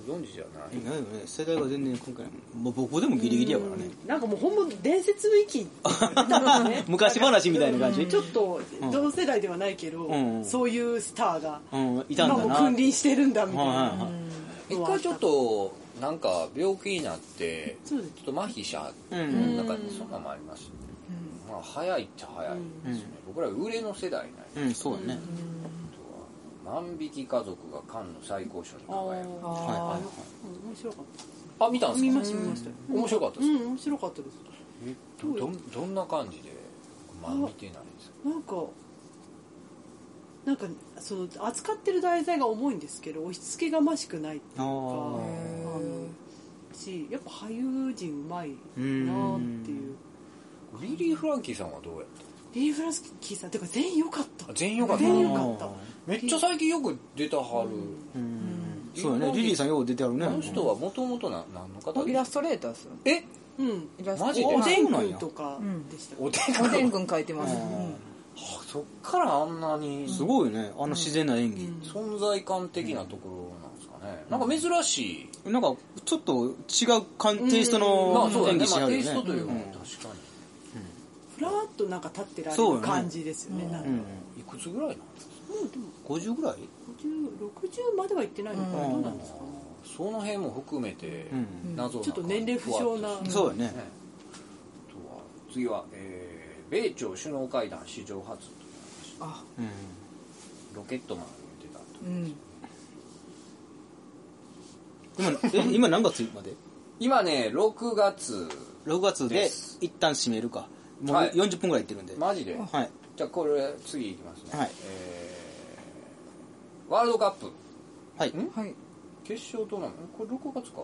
Speaker 2: ご存知じゃない
Speaker 1: い。いないよね。世代が全然今回、もう僕でもギリギリやからね。
Speaker 6: なんかもうほんま伝説の域
Speaker 1: 昔話みたいな感じ
Speaker 6: ちょっと同世代ではないけど、
Speaker 1: うん
Speaker 6: そういうスターが
Speaker 1: うん、いたん
Speaker 6: 今
Speaker 1: だな。
Speaker 6: もう君臨してるんだみたいな、
Speaker 1: はいはいはい
Speaker 2: 一回ちょっとなんか病気になってち
Speaker 6: そ
Speaker 2: ょ
Speaker 6: うです
Speaker 2: っと麻痺しちゃって、
Speaker 1: うん
Speaker 2: なんかそんなんもありましたね、まあ早いっちゃ早いですよね、僕ら売れの世代なんで
Speaker 1: うん、そうだね。
Speaker 2: あとは万引き家族がカンヌ最高賞に輝く
Speaker 6: あ
Speaker 1: はいはいはい
Speaker 6: ー面白かった
Speaker 2: あ見たんですか
Speaker 6: 見ました見ました
Speaker 2: 面白かったで
Speaker 6: う
Speaker 2: す
Speaker 6: ん面白かったです
Speaker 2: か、どんどんな感じでまあ見てないですか
Speaker 6: なんかなんかその扱ってる題材が重いんですけど押し付けがましくないっていうか
Speaker 1: あ
Speaker 6: あ
Speaker 1: ー
Speaker 6: のしやっぱ俳優陣うまいなって
Speaker 1: うん
Speaker 6: いう
Speaker 2: リリー・フランキーさんはどうやっ
Speaker 6: リリー・フランスキーさんてか全員良かった
Speaker 2: た全員よかった
Speaker 6: 全員良かった
Speaker 2: めっちゃ最近よく出たはる、
Speaker 1: うんそうだね。リリーさんよう出てあるね。
Speaker 2: あの人はもともと何の方
Speaker 9: イラストレーターですよ
Speaker 2: え
Speaker 6: うん
Speaker 9: イラスト
Speaker 2: マジで
Speaker 6: おでん
Speaker 1: そうな
Speaker 6: く
Speaker 1: ん
Speaker 6: ん
Speaker 1: や
Speaker 6: とかでした
Speaker 2: おでん
Speaker 9: おでんくん描いてます、うん
Speaker 2: あそっからあんなに
Speaker 1: すごいね。あの自然な演技。
Speaker 2: 存在感的なところなんですかね、なんか珍しい、
Speaker 1: なんか、ちょっと違う感テイスト
Speaker 2: まあ
Speaker 1: の
Speaker 2: そうだ
Speaker 1: 演
Speaker 2: ね
Speaker 1: 技、し
Speaker 2: ま
Speaker 1: はる
Speaker 2: あ、テ
Speaker 1: よ
Speaker 2: イスト
Speaker 1: ね
Speaker 2: というか、
Speaker 1: うん
Speaker 2: 確か
Speaker 6: ふらーっとなんか立ってられ
Speaker 1: そうよ
Speaker 6: る
Speaker 1: ね
Speaker 6: 感じですよねなんか
Speaker 1: うん。
Speaker 2: にいくつぐらいなんですか
Speaker 1: 50ぐらい
Speaker 6: 50 60まではいってないのかなどうなんですかね
Speaker 2: その辺も含めて
Speaker 1: うん
Speaker 2: 謎な
Speaker 6: ちょっと年齢不詳な
Speaker 2: ふわっとし
Speaker 1: そうだね。
Speaker 2: あとは次は、えー米朝首脳会談史上初という話
Speaker 1: うん
Speaker 2: ロケットマン言ってたと
Speaker 1: 今、え今何月まで
Speaker 2: 今ね6月
Speaker 1: ?6 月
Speaker 2: で
Speaker 1: です一旦閉めるか。もう
Speaker 2: はい
Speaker 1: 40分ぐらいいってるんで。
Speaker 2: マジで、
Speaker 1: はい。
Speaker 2: じゃあこれ次いきますね、
Speaker 1: はい
Speaker 2: えーワールドカップ
Speaker 1: はい。
Speaker 2: ん
Speaker 9: はい
Speaker 2: 決勝トーナメントこれ6月か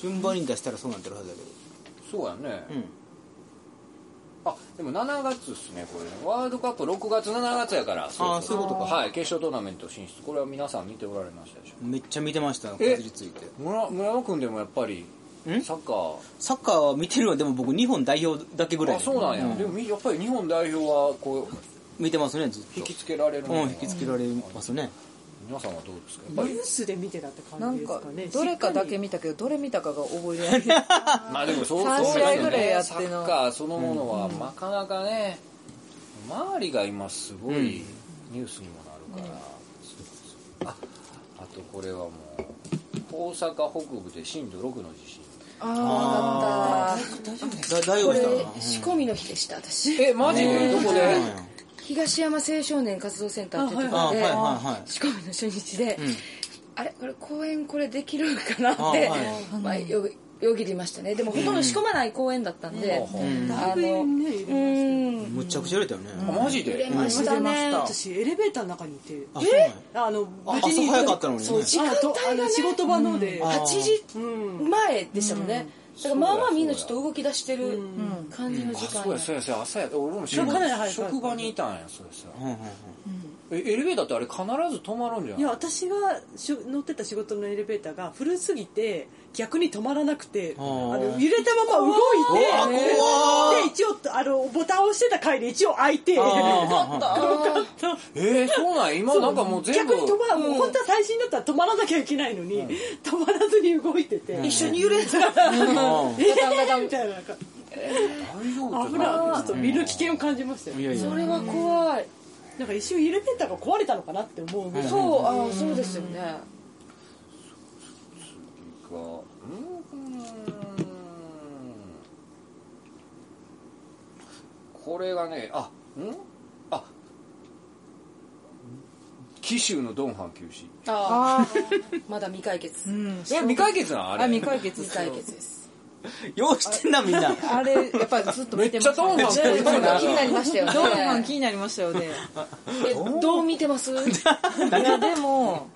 Speaker 1: 順番に出したらそうなってるはずだけど。
Speaker 2: そうやね、
Speaker 1: うん。
Speaker 2: あでも7月ですねこれねワールドカップ6月7月やからそう
Speaker 1: あーそういうことか
Speaker 2: はい決勝トーナメント進出これは皆さん見ておられましたでしょうか
Speaker 1: めっちゃ見てました、
Speaker 2: え
Speaker 1: 確率ついて。
Speaker 2: 村村山君でもやっぱり
Speaker 1: ん
Speaker 2: サッカー
Speaker 1: サッカーは見てるのはでも僕日本代表だけぐらい
Speaker 2: あそうなんや、でもみやっぱり日本代表はこ
Speaker 1: 見てますねずっ
Speaker 2: う引
Speaker 1: と
Speaker 2: きつけられるの
Speaker 1: う
Speaker 2: が
Speaker 1: ん引きつけられますね
Speaker 2: 皆さんはどうですかやっ
Speaker 6: ニ
Speaker 2: ぱ
Speaker 6: ュ
Speaker 2: り
Speaker 6: ースで見てたって
Speaker 9: な
Speaker 6: 感
Speaker 9: ん
Speaker 6: じです
Speaker 9: か
Speaker 6: かね
Speaker 9: どれかだけ見たけどどれ見たかが覚えられない
Speaker 2: まあでもそう
Speaker 9: 三
Speaker 2: そう
Speaker 9: 試合ぐらいやって
Speaker 2: サ
Speaker 9: な
Speaker 2: ッカーそのものはなかなかね、周りが今すごいニュースにもなるから、ああとこれはもう大阪北部で震度6の地震
Speaker 1: ああ大丈夫
Speaker 7: こ
Speaker 1: で
Speaker 7: れ
Speaker 1: したか
Speaker 7: 仕込みの日でした私
Speaker 2: えマジでどこで
Speaker 7: 東山青少年活動センターっていうとこ
Speaker 1: あ
Speaker 7: ろ
Speaker 1: はい
Speaker 7: で
Speaker 1: はいは
Speaker 7: 仕込みの初日で、
Speaker 1: ん
Speaker 7: あれこれ公演これできるかなって
Speaker 1: あは
Speaker 7: まあ、よよぎりましたねでもほとんど仕込まない公演だったんで、あ
Speaker 6: だいぶ
Speaker 7: の
Speaker 6: ね入れまし
Speaker 7: う
Speaker 6: たね
Speaker 1: い
Speaker 7: ん
Speaker 1: むちゃくちゃ売れたよね
Speaker 2: あマジ
Speaker 7: 売
Speaker 2: で
Speaker 7: れましたね
Speaker 6: 私エレベーターの中にいて
Speaker 1: あそうなんや
Speaker 6: あの無
Speaker 1: 朝
Speaker 6: 事に
Speaker 1: 早かったのにね
Speaker 6: そう時間帯が、ね、あの仕事場ので、
Speaker 1: あ
Speaker 7: 8時
Speaker 6: うん
Speaker 7: 前でしたもんね、だからまあまあみんなちょっと動き出してる感じの時
Speaker 2: あ
Speaker 7: 間
Speaker 2: そうやそうやそうや朝や俺も職
Speaker 6: かなり早い
Speaker 2: 職場にいたんやそうやそうや
Speaker 1: うんうんうん
Speaker 2: えエレベーターってあれ必ず止まるんじゃない
Speaker 6: いや私がしょ乗ってた仕事のエレベーターが古すぎて逆に止まらなくてあ
Speaker 1: あー
Speaker 6: の揺れたまま動いて
Speaker 1: うわー怖
Speaker 6: で一一応あのボタンを押してた回で一応開いて
Speaker 2: えー、そうなん今なんかもう全部
Speaker 6: 逆に止まら、もう本当は最新だったら止まらなきゃいけないのに、止まらずに動いてて、一緒に揺れてたら、えー、みたいななんか
Speaker 2: 大丈夫
Speaker 6: 危ないちょっと身の危険を感じましたよ、
Speaker 1: いやいや
Speaker 7: それは怖い
Speaker 6: なんか一瞬エレベーターが壊れたのかなって思うぐらい、
Speaker 7: そうあーそうですよね
Speaker 2: かうーんこれがねあんあ紀州のドンハン休止い
Speaker 7: ああまだ未解決
Speaker 2: や未解決なのあれ
Speaker 9: あ未解決
Speaker 7: 未
Speaker 9: です
Speaker 7: 解
Speaker 9: よ
Speaker 7: 決です
Speaker 1: よう知ってんな、みんな。
Speaker 9: あれやっぱりずっと
Speaker 2: め
Speaker 9: 見
Speaker 2: って
Speaker 9: ま
Speaker 2: ちゃ
Speaker 9: した
Speaker 2: ドンハン
Speaker 7: 気
Speaker 2: 休止な
Speaker 7: になりましたよね
Speaker 9: ドンハン気になりましたよね
Speaker 7: えどう見てます
Speaker 9: いやでも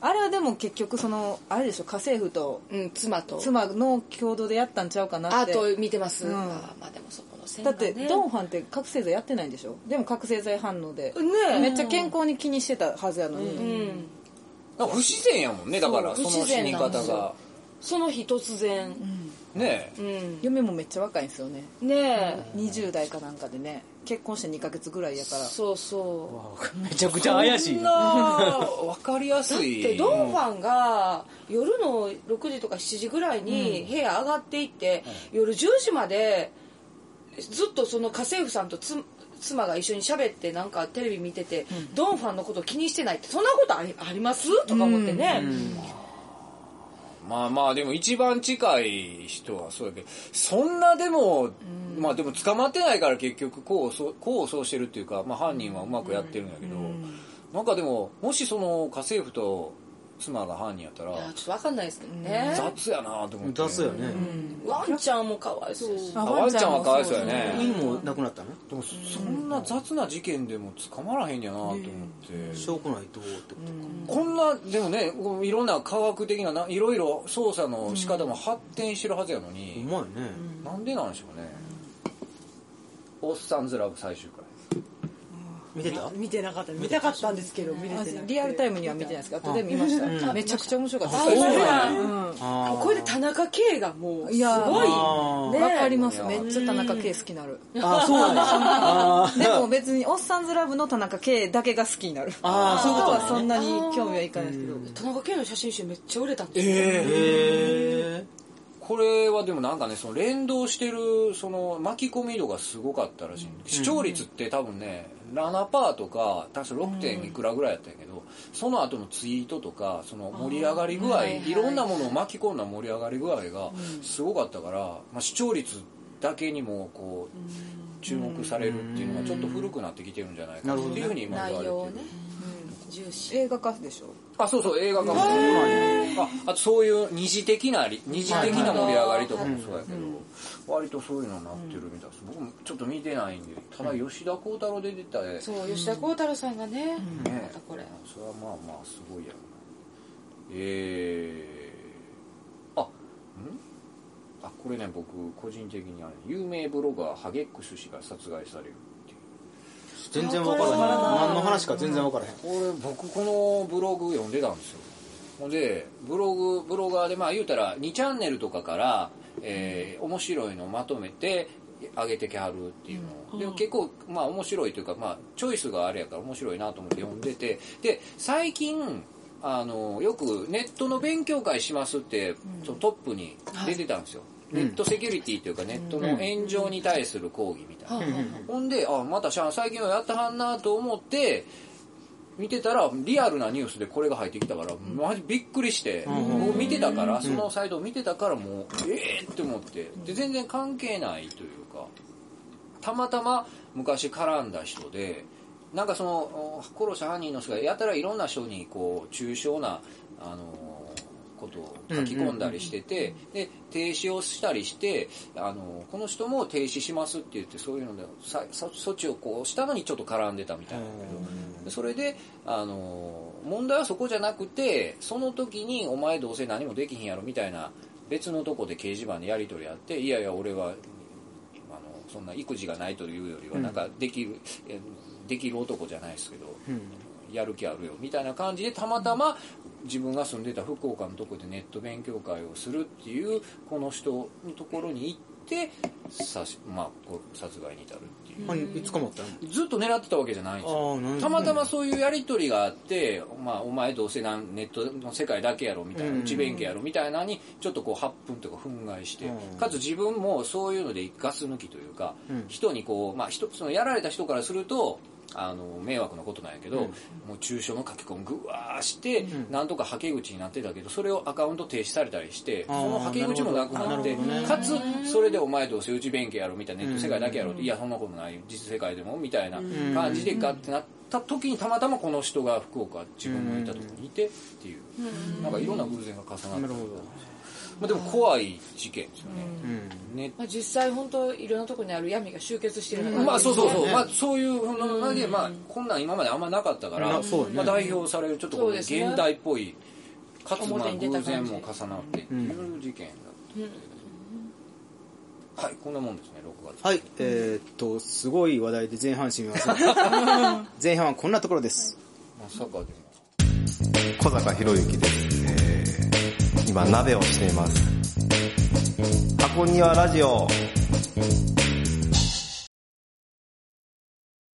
Speaker 9: あれはでも結局そのあれでしょ家政婦と
Speaker 7: うん妻と
Speaker 9: 妻の共同でやったんちゃうかな
Speaker 7: あ
Speaker 9: って
Speaker 7: と見てます、
Speaker 9: うん
Speaker 7: あーまあでもそこの線
Speaker 9: だ
Speaker 7: が、
Speaker 9: っ
Speaker 7: ね、
Speaker 9: てドンハンって覚醒剤やってないんでしょでも覚醒剤反応で
Speaker 7: え
Speaker 9: めっちゃ健康に気にしてたはずやの
Speaker 7: う
Speaker 9: に
Speaker 7: ん
Speaker 2: んか不自然やもんねだからそ
Speaker 7: そう
Speaker 2: の
Speaker 7: 不自
Speaker 2: 死
Speaker 7: 然
Speaker 2: に
Speaker 7: なんで
Speaker 2: 方
Speaker 7: すよ
Speaker 2: が
Speaker 7: その日突然、
Speaker 2: ねえ
Speaker 7: うん
Speaker 9: 嫁もめっちゃ若いんですよね
Speaker 7: ねえ、
Speaker 9: 20代かなんかでね結婚して2ヶ月ぐらいやから
Speaker 7: そうそ
Speaker 1: めちゃくちゃ怪し
Speaker 7: う
Speaker 1: い。
Speaker 7: な
Speaker 2: わかりやすい
Speaker 7: でドンファンが夜の6時とか7時ぐらいに部屋上がっていって、夜10時までずっとその家政婦さんとつ妻が一緒に喋ってなんかテレビ見てて、ドンファンのこと気にしてないってそんなことありありますとか思ってね、
Speaker 2: まあまあでも一番近い人はそうやけどそんなでも、まあでも捕まってないから結局こうそうこうそうしてるっていうか、まあ、犯人はうまくやってるんやけど、なんかでももしその家政婦と妻が犯人やったら
Speaker 7: いやちょっと分かんないですけどね、
Speaker 2: 雑やなと思って
Speaker 1: 出すよね。
Speaker 7: ワンちゃんもかわいそうです
Speaker 2: あワンちゃんはかわいそうや
Speaker 1: 犬、
Speaker 2: ね
Speaker 1: もなくなったの
Speaker 2: でもそんな雑な事件でも捕まらへんやなと思って、
Speaker 1: 証拠ないとってことか。
Speaker 2: こんなでもねこういろんな科学的なないろいろ捜査の仕方も発展してるはずやのに、
Speaker 1: うまいね。
Speaker 2: なんでなんでしょうね。おっさんずラブ最終回。
Speaker 1: 見てた
Speaker 6: 見てなかった見たかったんですけど見れてなくて
Speaker 9: リアルタイムには見てないですけど後で見ましためちゃくちゃ面白かった
Speaker 7: そう
Speaker 9: です
Speaker 7: なん
Speaker 1: あ
Speaker 7: これで田中圭がもう
Speaker 9: い
Speaker 7: す
Speaker 9: や
Speaker 7: ごい
Speaker 1: あ
Speaker 9: わかりますめっちゃ田中圭好きになる
Speaker 1: ーあー、そうなんだ。あー
Speaker 9: でも別に「おっさんずラブ」の田中圭だけが好きになる
Speaker 1: あーそういうことね
Speaker 9: 他はそんなに興味はいかないですけど
Speaker 7: 田中圭の写真集めっちゃ売れたんですよ
Speaker 1: へえ。
Speaker 2: これはでもなんかね、その連動してる、その巻き込み度がすごかったらしい。視聴率って多分ね、7%とか、確か 6. 点いくらぐらいやったんやけど、その後のツイートとか、その盛り上がり具合、いろんなものを巻き込んだ盛り上がり具合がすごかったから、まあ視聴率だけにもこう、注目されるっていうのがちょっと古くなってきてるんじゃないかっていうふうに今言われて
Speaker 7: 内
Speaker 2: る。
Speaker 7: 容をね、うん、重視
Speaker 9: 映画化でしょ
Speaker 2: あ、そうそう、映画化もね。あ、あとそういう二次的なり、二次的な盛り上がりとかもそうやけど、割とそういうのになってるみたいです。僕もちょっと見てないんで、ただ吉田鋼太郎で出たで、ね、
Speaker 7: そう吉田鋼太郎さんがね、またこれ
Speaker 2: それはまあまあすごいやろな。えー、あ、んあ、これね、僕、個人的にあれ、有名ブロガー、ハゲックス氏が殺害されるっていう。
Speaker 1: 全然わからへん。何の話か全然わからへん。
Speaker 2: これ僕このブログ読んでたんですよほんでブログブロガーでまあ言うたら2チャンネルとかから、えー面白いのをまとめて上げてきはるっていうのを、でも結構まあ面白いというか、まあ、チョイスがあれやから面白いなと思って読んでてで最近あのよくネットの勉強会しますって、そのトップに出てたんですよ、ネットセキュリティというかネットの炎上に対する抗議みたいな、ほんであまたしゃあ最近はやったはんなと思って見てたらリアルなニュースでこれが入ってきたからマジびっくりして、もう見てたから、そのサイトを見てたからもうええー、って思ってで全然関係ないというかたまたま昔絡んだ人でなんかそのお殺した犯人の人がやたらいろんな人にこう抽象なあのーことを書き込んだりしてて、で停止をしたりしてあのーこの人も停止しますって言ってそういうのでさそ措置をこうしたのにちょっと絡んでたみたいなんだけどでそれで、あのー問題はそこじゃなくてその時にお前どうせ何もできひんやろみたいな別のとこで掲示板でやり取りあっていやいや俺はあのそんな育児がないというよりはなんかできる、えできる男じゃないですけど、やる気あるよみたいな感じでたまたま自分が住んでた福岡のとこでネット勉強会をするっていうこの人のところに行って。て刺し、まあ、こう殺害に至るっていう。
Speaker 1: 犯人捕まったの
Speaker 2: ずっと狙ってたわけじゃないんです
Speaker 1: ああ
Speaker 2: よ
Speaker 1: なん。
Speaker 2: たまたまそういうやりとりがあって、まあ、お前どうせなんネットの世界だけやろみたい
Speaker 1: う
Speaker 2: な、
Speaker 1: ん
Speaker 2: 内弁慶やろみたいなのに、ちょっとこう8分とか憤慨して
Speaker 1: うん、
Speaker 2: かつ自分もそういうのでガス抜きというか
Speaker 1: うん、
Speaker 2: 人にこう、まあ、人、そのやられた人からすると、あの迷惑なことなんやけど、もう中傷の書き込みぐわーして、なんとかはけ口になってたけどそれをアカウント停止されたりしてそ
Speaker 1: あー
Speaker 2: のはけ口もなくなって
Speaker 1: なるほどね
Speaker 2: かつそれでお前どうせうち弁慶やろみたいなネット世界だけやろって、いやそんなことない実世界でもみたいな感じでガッてなった時にたまたまこの人が福岡自分のいたとこにいてっていう、なんかいろんな偶然が重なってた
Speaker 1: なるほど
Speaker 2: まあ、でも怖い事件ですよね、
Speaker 1: うん
Speaker 2: ね
Speaker 7: まあ、実際本当いろんなところにある闇が集結してるのが
Speaker 2: まあそうそうそう、
Speaker 1: ね
Speaker 2: まあそういうふうなので、まあこんなん今まであんまなかったから、
Speaker 1: なそうだね
Speaker 2: まあ代表されるちょっとこう
Speaker 7: そうですね
Speaker 2: 現代っぽい、かつまあ
Speaker 7: 表に出た
Speaker 2: 偶
Speaker 7: 感じ
Speaker 2: 然も重なってっていう事件だった、はい、こんなもんですね、6月。
Speaker 1: はい、えーっと、すごい話題で前半締め ます。前半はこんなところです。
Speaker 2: まさかでも。
Speaker 10: 小坂博之です、えー今鍋をしています箱庭ラジオ